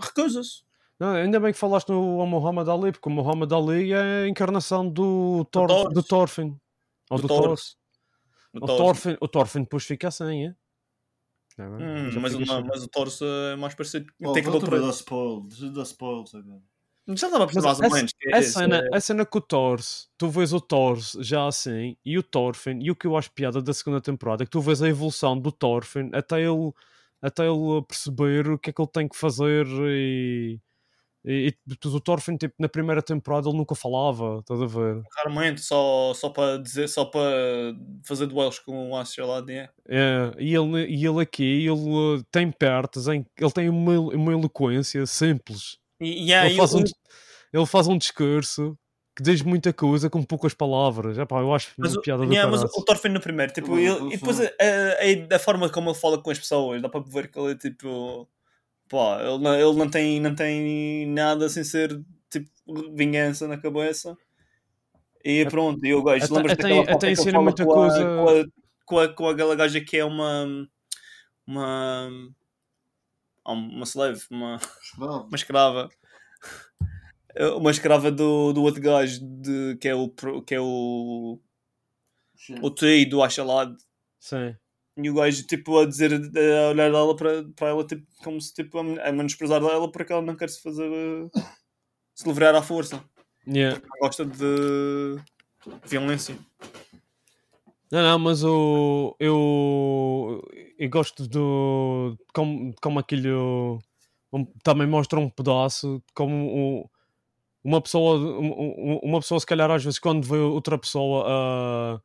[SPEAKER 5] recusa-se.
[SPEAKER 2] não, ainda bem que falaste no ao Muhammad Ali, porque o Muhammad Ali é a encarnação do, Thor,
[SPEAKER 5] Thor.
[SPEAKER 2] do Thorfinn. Ou
[SPEAKER 5] Do
[SPEAKER 2] do,
[SPEAKER 5] Thor.
[SPEAKER 2] Thor.
[SPEAKER 5] No
[SPEAKER 2] O
[SPEAKER 5] torso.
[SPEAKER 2] Thorfinn, o Thorfinn depois fica assim, é? Não, não,
[SPEAKER 5] Hum,
[SPEAKER 2] já
[SPEAKER 5] mas, o-
[SPEAKER 2] fica
[SPEAKER 5] não,
[SPEAKER 2] assim.
[SPEAKER 5] mas o torso é mais parecido.
[SPEAKER 3] Pô,
[SPEAKER 5] tem que
[SPEAKER 3] volta para dar
[SPEAKER 5] para...
[SPEAKER 3] spoil. Deixa de dar spoil, sabe?
[SPEAKER 5] Já estava a perceber
[SPEAKER 2] Mas
[SPEAKER 5] mais ou
[SPEAKER 2] essa-
[SPEAKER 5] menos. que é
[SPEAKER 2] A
[SPEAKER 5] esse,
[SPEAKER 2] cena,
[SPEAKER 5] é-
[SPEAKER 2] a cena com o Thors, tu vês o Thors já assim, e o Thorfinn, e o que eu acho piada da segunda temporada, é que tu vês a evolução do Thorfinn até ele, até ele perceber o que é que ele tem que fazer e... E, e depois o Thorfinn, tipo, na primeira temporada ele nunca falava, estás a ver?
[SPEAKER 5] Raramente, só, só para dizer, só para fazer duelos com o Astro lá dentro.
[SPEAKER 2] É, e, ele, e ele aqui, ele eh, tem partes, em, que ele tem uma, elo- uma eloquência simples.
[SPEAKER 5] É, E, e aí,
[SPEAKER 2] ele, faz um,
[SPEAKER 5] o-
[SPEAKER 2] dis- ele faz um discurso que diz muita coisa com poucas palavras. Epá, eu acho
[SPEAKER 5] Mas,
[SPEAKER 2] uma
[SPEAKER 5] o-
[SPEAKER 2] piada do
[SPEAKER 5] yeah, mas
[SPEAKER 2] caralho.
[SPEAKER 5] o Thorfinn no primeiro, tipo,
[SPEAKER 3] Eu-
[SPEAKER 5] ele-
[SPEAKER 3] eu
[SPEAKER 5] e depois a,
[SPEAKER 3] sou-
[SPEAKER 5] a- a- a forma como ele fala com as pessoas, dá para ver que ele é tipo. Pá, ele, não- ele não, tem, não tem nada sem ser tipo vingança na cabeça. E pronto, e o gajo,
[SPEAKER 2] Até-
[SPEAKER 5] lembras
[SPEAKER 2] até-
[SPEAKER 5] daquela
[SPEAKER 2] até
[SPEAKER 5] parte que ele
[SPEAKER 2] ensina
[SPEAKER 5] fala
[SPEAKER 2] muita
[SPEAKER 5] com, a,
[SPEAKER 2] coisa-
[SPEAKER 5] com, a, com, a, com aquela gaja que é uma. Uma. Uma slave, uma,
[SPEAKER 3] Escravo.
[SPEAKER 5] uma escrava. Uma escrava do, do outro gajo, de, que é o. pro- Que é o o TI do Achalad
[SPEAKER 2] Sim.
[SPEAKER 5] e o gajo tipo a dizer a olhar dela para, para ela tipo, como se tipo a, men- a menosprezar dela porque ela não quer se fazer eh, se livrar à força
[SPEAKER 2] Yeah.
[SPEAKER 5] Não gosta de violência
[SPEAKER 2] Não, não, mas o, eu, eu gosto do de como, de como aquilo um- também mostra um pedaço de como o- um, uma pessoa um- um- uma pessoa se calhar às vezes quando vê outra pessoa a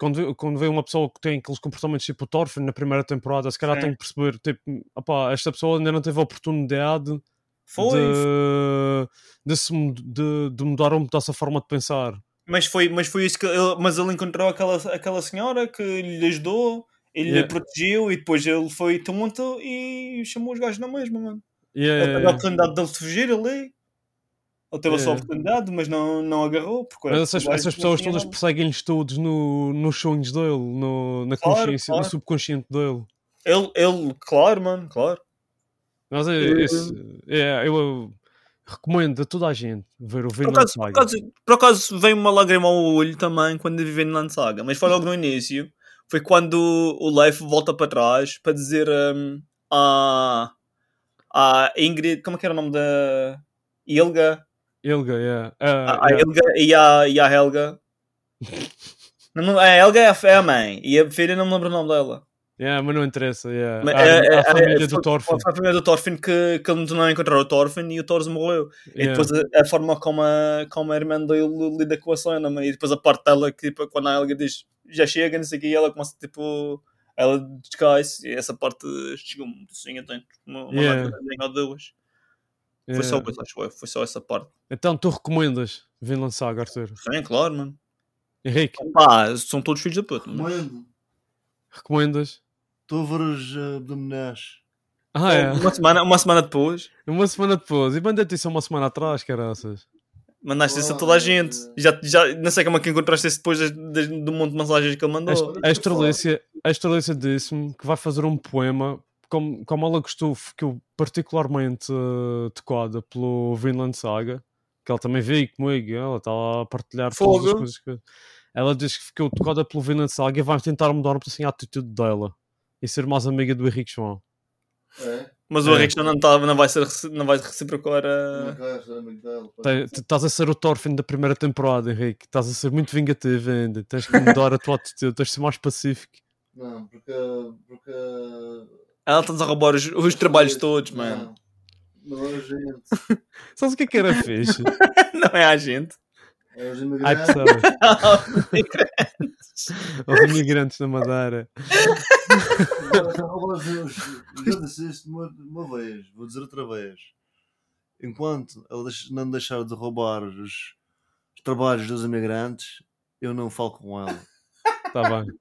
[SPEAKER 2] quando, quando vê uma pessoa que tem aqueles comportamentos tipo o Thorfinn na primeira temporada, se calhar
[SPEAKER 4] Sim.
[SPEAKER 2] tem que perceber, tipo, opá, esta pessoa ainda não teve a oportunidade
[SPEAKER 4] Foi,
[SPEAKER 2] de, de, se mud- de, de mudar ou mudar a forma de pensar.
[SPEAKER 4] mas foi, mas foi isso que ele, mas ele encontrou aquela, aquela senhora que lhe ajudou, ele
[SPEAKER 2] Yeah.
[SPEAKER 4] lhe protegeu e depois ele foi tonto e chamou os gajos na mesma, mano.
[SPEAKER 2] E é-
[SPEAKER 4] Ele teve a oportunidade dele fugir ali. Ele teve a sua
[SPEAKER 2] É.
[SPEAKER 4] oportunidade, mas não, não agarrou. Porque
[SPEAKER 2] mas essas,
[SPEAKER 4] o gajo
[SPEAKER 2] essas
[SPEAKER 4] não
[SPEAKER 2] pessoas
[SPEAKER 4] tinha
[SPEAKER 2] todas
[SPEAKER 4] nada.
[SPEAKER 2] perseguem-lhes todos no, nos sonhos dele, no, na
[SPEAKER 4] Claro,
[SPEAKER 2] consciência,
[SPEAKER 4] claro.
[SPEAKER 2] no subconsciente dele.
[SPEAKER 4] Ele, ele, claro, mano, claro.
[SPEAKER 2] Mas é,
[SPEAKER 4] Eh,
[SPEAKER 2] esse- é, eu, eu recomendo a toda a gente ver o
[SPEAKER 4] Por
[SPEAKER 2] Vinland
[SPEAKER 4] acaso, por,
[SPEAKER 2] Saga.
[SPEAKER 4] acaso, por acaso veio uma lágrima ao olho também quando eu vivi na Saga, mas foi logo no início. Foi quando o Leif volta para trás para dizer hum, à, à Ingrid, como é que era o nome da Ilga?
[SPEAKER 2] Helga, yeah.
[SPEAKER 4] À,
[SPEAKER 2] Ah,
[SPEAKER 4] à
[SPEAKER 2] yeah.
[SPEAKER 4] Ilga e à, e à Helga. Não, não, a Helga é a, é a mãe e a filha não me lembro o nome dela.
[SPEAKER 2] Yeah, mas não interessa. Yeah.
[SPEAKER 4] Mas
[SPEAKER 2] a,
[SPEAKER 4] é-
[SPEAKER 2] a
[SPEAKER 4] é-
[SPEAKER 2] família
[SPEAKER 4] é-
[SPEAKER 2] do Thorfinn.
[SPEAKER 4] Foi a família do Thorfinn que, que eles não encontraram o Thorfinn e o Thor morreu. E
[SPEAKER 2] yeah.
[SPEAKER 4] depois a, a forma como a, como a irmã dele lida com a cena, mano, e depois a parte dela que tipo, quando a Helga diz já chega, não sei o que, e ela começa tipo. Ela descai-se, e essa parte chegou-me assim, eu tenho uma, uma
[SPEAKER 2] Yeah.
[SPEAKER 4] lágrima ou duas. Foi
[SPEAKER 2] yeah.
[SPEAKER 4] só isso, acho eu, foi só essa parte.
[SPEAKER 2] Então tu recomendas Vinland Saga, Arthur?
[SPEAKER 4] Sim, claro, mano.
[SPEAKER 2] Henrique,
[SPEAKER 4] Pá, são todos filhos da puta, é? mano.
[SPEAKER 3] Mano,
[SPEAKER 2] recomendas?
[SPEAKER 3] estou a ver os eh, abdominais.
[SPEAKER 2] Ah, é.
[SPEAKER 4] Uma, semana, uma semana depois,
[SPEAKER 2] Uma semana depois. E mandei-te isso uma semana atrás, caraças.
[SPEAKER 4] mandaste isso a
[SPEAKER 3] Oh,
[SPEAKER 4] toda a
[SPEAKER 3] meu
[SPEAKER 4] gente.
[SPEAKER 3] Deus.
[SPEAKER 4] Já, já, não sei como é que encontraste isso depois das- das- do monte de mensagens que ele mandou.
[SPEAKER 2] A Estrelícia, a Estrelícia disse-me que vai fazer um poema como, como ela gostou, ficou particularmente eh, tocada pelo Vinland Saga, que ela também veio comigo, ela estava a partilhar todas as
[SPEAKER 4] Fogo.
[SPEAKER 2] coisas que... Ela disse que ficou tocada pelo Vinland Saga e vai tentar mudar um bocadinho a atitude dela e ser mais amiga do Henrique João.
[SPEAKER 3] É?
[SPEAKER 4] Mas
[SPEAKER 2] É.
[SPEAKER 4] o Henrique já não, tá, não, vai ser, reci- não vai reciprocar a.
[SPEAKER 3] Uma caixa, amigo dela. pá.
[SPEAKER 2] Te- te- Estás a ser o Thorfinn da primeira temporada, Henrique. Estás a ser muito vingativo ainda. Tens que mudar a tua atitude, tens de ser mais pacífico.
[SPEAKER 3] Não, porque. porque...
[SPEAKER 4] Ela está-nos "Ah, a roubar os, os trabalhos todos, mano.
[SPEAKER 3] Não. Não é urgente.
[SPEAKER 2] Sabes o que é que era fixe?
[SPEAKER 4] Não é a gente.
[SPEAKER 3] É os
[SPEAKER 2] Ai,
[SPEAKER 3] imigrantes.
[SPEAKER 2] pessoal. Aos imigrantes na Madeira.
[SPEAKER 3] Agora, os- assim, Já disse isto uma, uma vez, vou dizer outra vez. Enquanto eu deix- não deixar de roubar os, os trabalhos dos imigrantes, eu não falo com ela.
[SPEAKER 2] Está Tá bem.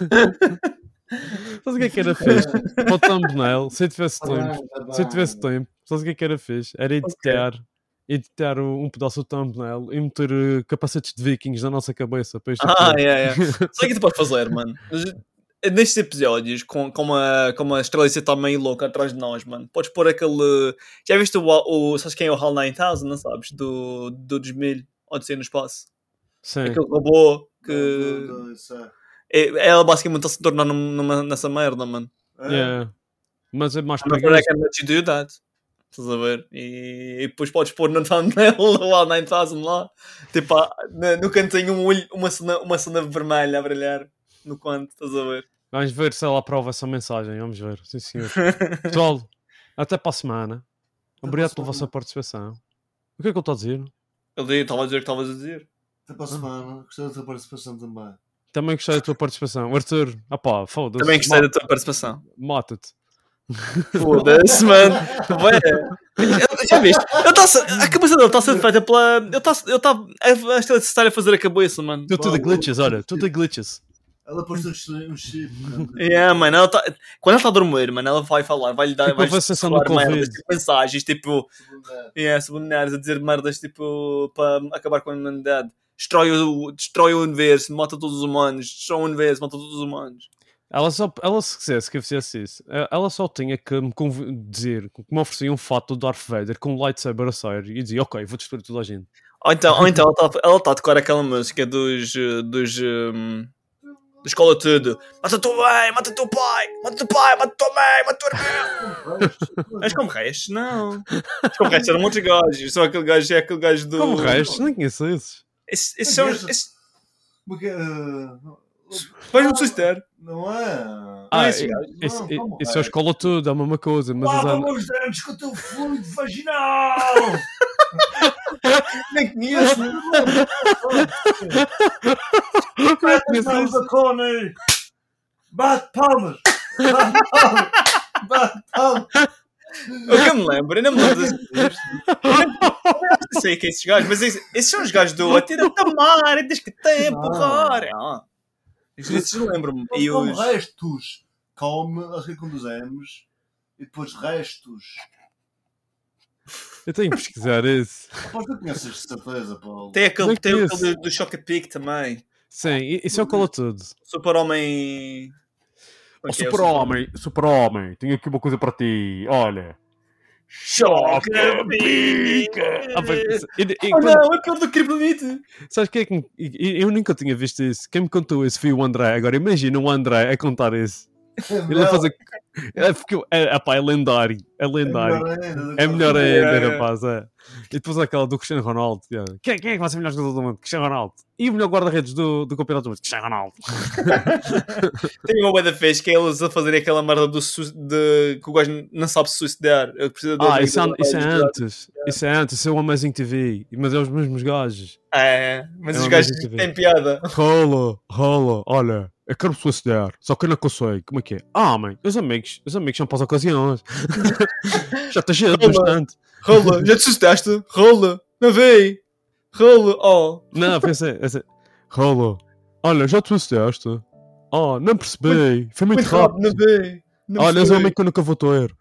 [SPEAKER 2] Sabes o que é que era fixe? Para o thumbnail, se eu tivesse tempo.
[SPEAKER 3] Ah, tá
[SPEAKER 2] Se eu tivesse tempo, sabes o que é que era fixe? Era editar, editar o- um pedaço do thumbnail e meter eh, capacetes de vikings na nossa cabeça para este
[SPEAKER 4] Ah,
[SPEAKER 2] episódio.
[SPEAKER 4] é, é. Só que tu podes fazer, mano. eh, Nestes episódios, com, com a, com a Estrelícia está meio louca atrás de nós, mano, podes pôr aquele. Já viste o. o sabes quem é o Hall 9000, não sabes? Do, do 2000, Odisseia no Espaço.
[SPEAKER 2] Sim.
[SPEAKER 4] Aquele robô
[SPEAKER 3] Não,
[SPEAKER 4] que.
[SPEAKER 3] não, não, isso é-
[SPEAKER 4] é- Ela basicamente está-se a tornar num- numa, nessa merda, mano.
[SPEAKER 3] É,
[SPEAKER 2] Yeah. Mas é mais
[SPEAKER 4] Mas agora é
[SPEAKER 2] perigoso.
[SPEAKER 4] que é na atividade. Estás a ver? E, e depois podes pôr no thumbnail ou ao 9000 lá. Tipo, ah, na- no canto tem um olho, uma cena, uma cena vermelha a brilhar. No canto, estás a ver?
[SPEAKER 2] Vamos ver se ela aprova essa mensagem. Vamos ver. Sim, senhor. Pessoal, até para a semana. Obrigado pela vossa participação. O que é que eu estou a dizer?
[SPEAKER 4] Ele estava a dizer o que estavas a dizer.
[SPEAKER 3] Até para a semana, gostei da tua participação também.
[SPEAKER 2] Também gostei da tua participação. Arthur, ah pá, foda-se.
[SPEAKER 4] Também gostei
[SPEAKER 2] Ma-
[SPEAKER 4] da tua participação.
[SPEAKER 2] Mata-te.
[SPEAKER 4] Foda-se, mano. Tu vai- Eu- Já viste? Eu tá a cabeça dele está sendo feita pela. Eu tá, eu tá, a a Estrela está a fazer a cabeça, mano.
[SPEAKER 2] Deu tudo a
[SPEAKER 3] Bom,
[SPEAKER 2] glitches, olha, tudo a glitches.
[SPEAKER 3] Ela pôs um chi-
[SPEAKER 2] é
[SPEAKER 3] um chip. cara.
[SPEAKER 4] Yeah, mano, ela tá, quando ela está a dormir, mano, ela vai falar, vai lhe dar
[SPEAKER 2] Tipo,
[SPEAKER 4] vai
[SPEAKER 2] a sensação do Covid.
[SPEAKER 4] mensagens, tipo,
[SPEAKER 3] Segunda.
[SPEAKER 4] E é, subliminares a dizer merdas tipo para acabar com a humanidade. Destrói o, destrói o universo, mata todos os humanos, destrói o universo, mata todos os humanos.
[SPEAKER 2] Ela só, ela se quisesse que eu fizesse isso, eh, ela só tinha que me conv- dizer, que me oferecia um fato do Darth Vader com um lightsaber a sério e dizia, ok, vou destruir toda a gente.
[SPEAKER 4] Ou então, ou então ela está a tocar aquela música dos. eh, dos hum, da escola tudo. Mata o teu pai, mata o teu pai, mata o teu pai, mata a tua mãe, mata o teu irmão. Mas como resto, não. Mas como resto, eram muitos gajos. Só aquele gajo é aquele gajo do.
[SPEAKER 2] Como o resto, nem conheço esses.
[SPEAKER 4] Esses esses são.
[SPEAKER 3] Mas-
[SPEAKER 4] esses-
[SPEAKER 3] Como é que é? Ah,
[SPEAKER 4] Vais-me suicidar.
[SPEAKER 3] Não é?
[SPEAKER 4] Ah,
[SPEAKER 2] isso,
[SPEAKER 4] esse gajo.
[SPEAKER 2] isso,
[SPEAKER 3] Não, como
[SPEAKER 2] isso é
[SPEAKER 3] resto?
[SPEAKER 2] a escola toda, é a mesma coisa. Mas as an-
[SPEAKER 3] os dentes com o teu fluido vaginal!
[SPEAKER 4] Nem conheço.
[SPEAKER 2] por acaso
[SPEAKER 3] Mas
[SPEAKER 2] pensei.
[SPEAKER 3] vamos a Connie! Bate palmas! Bate palmas! Bate palmas!
[SPEAKER 4] Eu que me lembro, eu não me lembro desses gajos. Não sei quem é esses gajos, mas esses, esses são os gajos do Atira Tamar, diz que tem, porra. Ah. Esses eu lembro-me. E
[SPEAKER 3] Como
[SPEAKER 4] os.
[SPEAKER 3] Então, restos! Come, a seguir conduzemos e depois restos.
[SPEAKER 2] Eu tenho que pesquisar isso.
[SPEAKER 3] Aposto que conheces de certeza, Paulo.
[SPEAKER 4] Tem aquele,
[SPEAKER 2] Como é que
[SPEAKER 4] tem
[SPEAKER 2] é
[SPEAKER 4] aquele do, do Choca Pic também.
[SPEAKER 2] Sim, i- isso é o cola tudo.
[SPEAKER 4] Super-Homem. é
[SPEAKER 2] Ó, é super-homem, super-homem, tenho aqui uma coisa para ti. Olha.
[SPEAKER 4] Choca Pic!
[SPEAKER 2] Ah, foi- e- e-
[SPEAKER 4] Oh
[SPEAKER 2] quando-
[SPEAKER 4] não, é aquele do Criptonite!
[SPEAKER 2] Sabes quem é que me- e- e- Eu nunca tinha visto isso. Quem me contou isso foi o André. Agora imagina o André a contar isso. Ele a fazer. É, porque, é, epá, é lendário. É lendário. É melhor ainda,
[SPEAKER 4] Yeah.
[SPEAKER 2] rapaz. É. E depois aquela do Cristiano Ronaldo. yeah. Quem, quem é que vai ser o melhor jogador do mundo? Cristiano Ronaldo. E o melhor guarda-redes do, do campeonato do mundo? Cristiano Ronaldo.
[SPEAKER 4] Tem uma da fez que é eles a fazerem aquela merda do su- de, que o gajo não sabe se suicidar. Ele precisa de
[SPEAKER 2] Ah,
[SPEAKER 4] ajuda
[SPEAKER 2] isso é,
[SPEAKER 4] para
[SPEAKER 2] isso é
[SPEAKER 4] ajudar.
[SPEAKER 2] antes. Isso é antes. Isso é o Amazing TV. Mas é os mesmos gajos.
[SPEAKER 4] É, mas
[SPEAKER 2] É
[SPEAKER 4] os
[SPEAKER 2] uma
[SPEAKER 4] gajos
[SPEAKER 2] música
[SPEAKER 4] têm
[SPEAKER 2] verde.
[SPEAKER 4] piada.
[SPEAKER 2] Rola, rola, olha, eu quero me suicidar, só que eu não consigo. Como é que é? Ah, mãe, os amigos, os amigos são para as ocasiões. Já te ajudo
[SPEAKER 4] Rola.
[SPEAKER 2] bastante.
[SPEAKER 4] Rola, já te suicidaste? Rola, não vem. Rola, oh.
[SPEAKER 2] Não, assim, pensei, pensei. Rola, olha, já te suicidaste? Oh, não percebi, foi muito,
[SPEAKER 4] Muito
[SPEAKER 2] rápido.
[SPEAKER 4] rápido, não vem. Não
[SPEAKER 2] olha, és
[SPEAKER 4] percebi.
[SPEAKER 2] um
[SPEAKER 4] Ah,
[SPEAKER 2] amigo que eu nunca vou ter.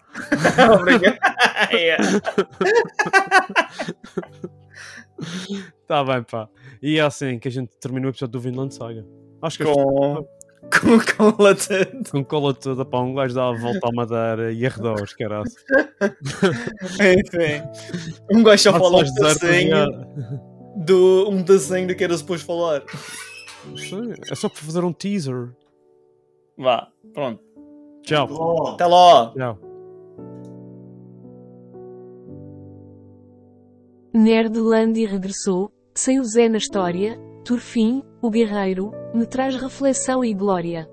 [SPEAKER 4] Obrigado. É. Yeah.
[SPEAKER 2] Tá bem, pá. E é assim que a gente termina o episódio do Vinland Saga. Acho que
[SPEAKER 4] Com. Com, com latente.
[SPEAKER 2] com cola toda, pá, um gajo dá a volta à madeira e arredores, caralho.
[SPEAKER 4] Enfim. Um gajo só fala um
[SPEAKER 2] Faz deserto,
[SPEAKER 4] desenho
[SPEAKER 2] yeah.
[SPEAKER 4] do, um desenho do que era suposto falar.
[SPEAKER 2] Sim, É só para fazer um teaser.
[SPEAKER 4] Vá, pronto.
[SPEAKER 2] Tchau.
[SPEAKER 4] Até lá.
[SPEAKER 2] Tchau.
[SPEAKER 6] Nerdland e regressou, sem o Zé na história, Turfim, o guerreiro, me traz reflexão e glória.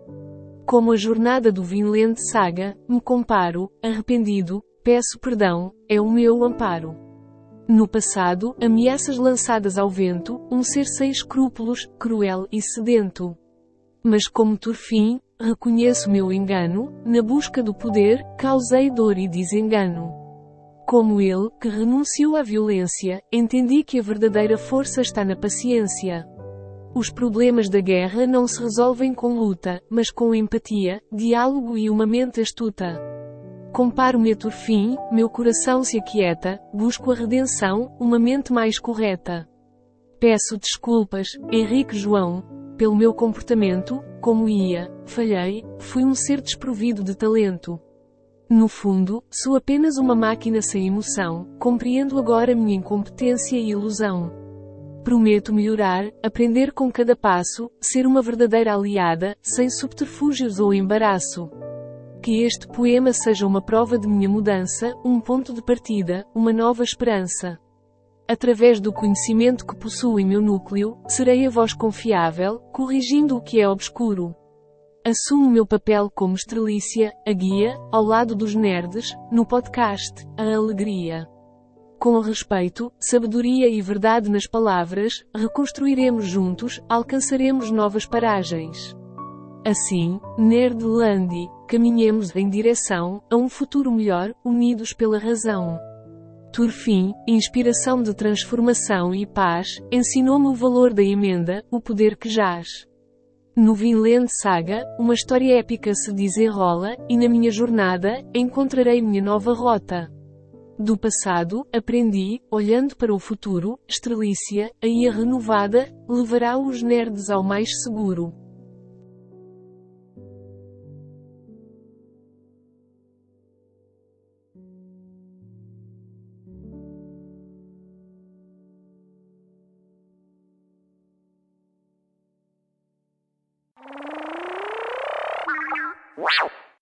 [SPEAKER 6] Como a jornada do Vinland Saga, me comparo, arrependido, peço perdão, é o meu amparo. No passado, ameaças lançadas ao vento, um ser sem escrúpulos, cruel e sedento. Mas como Turfim, reconheço meu engano, na busca do poder, causei dor e desengano. Como ele, que renunciou à violência, entendi que a verdadeira força está na paciência. Os problemas da guerra não se resolvem com luta, mas com empatia, diálogo e uma mente astuta. Comparo-me a Turfim, meu coração se aquieta, busco a redenção, uma mente mais correta. Peço desculpas, Henrique João, pelo meu comportamento, como ia, falhei, fui um ser desprovido de talento. No fundo, sou apenas uma máquina sem emoção, compreendo agora minha incompetência e ilusão. Prometo melhorar, aprender com cada passo, ser uma verdadeira aliada, sem subterfúgios ou embaraço. Que este poema seja uma prova de minha mudança, um ponto de partida, uma nova esperança. Através do conhecimento que possuo em meu núcleo, serei a voz confiável, corrigindo o que é obscuro. Assumo meu papel como estrelícia, a guia, ao lado dos nerds, no podcast A Alegria. Com respeito, sabedoria e verdade nas palavras, reconstruiremos juntos, alcançaremos novas paragens. Assim, Nerdlandi, caminhemos em direção a um futuro melhor, unidos pela razão. Turfim, inspiração de transformação e paz, ensinou-me o valor da emenda, o poder que jaz. No Vinland Saga, uma história épica se desenrola, e na minha jornada, encontrarei minha nova rota. Do passado, aprendi, olhando para o futuro, estrelícia, a IA renovada, levará os nerds ao mais seguro.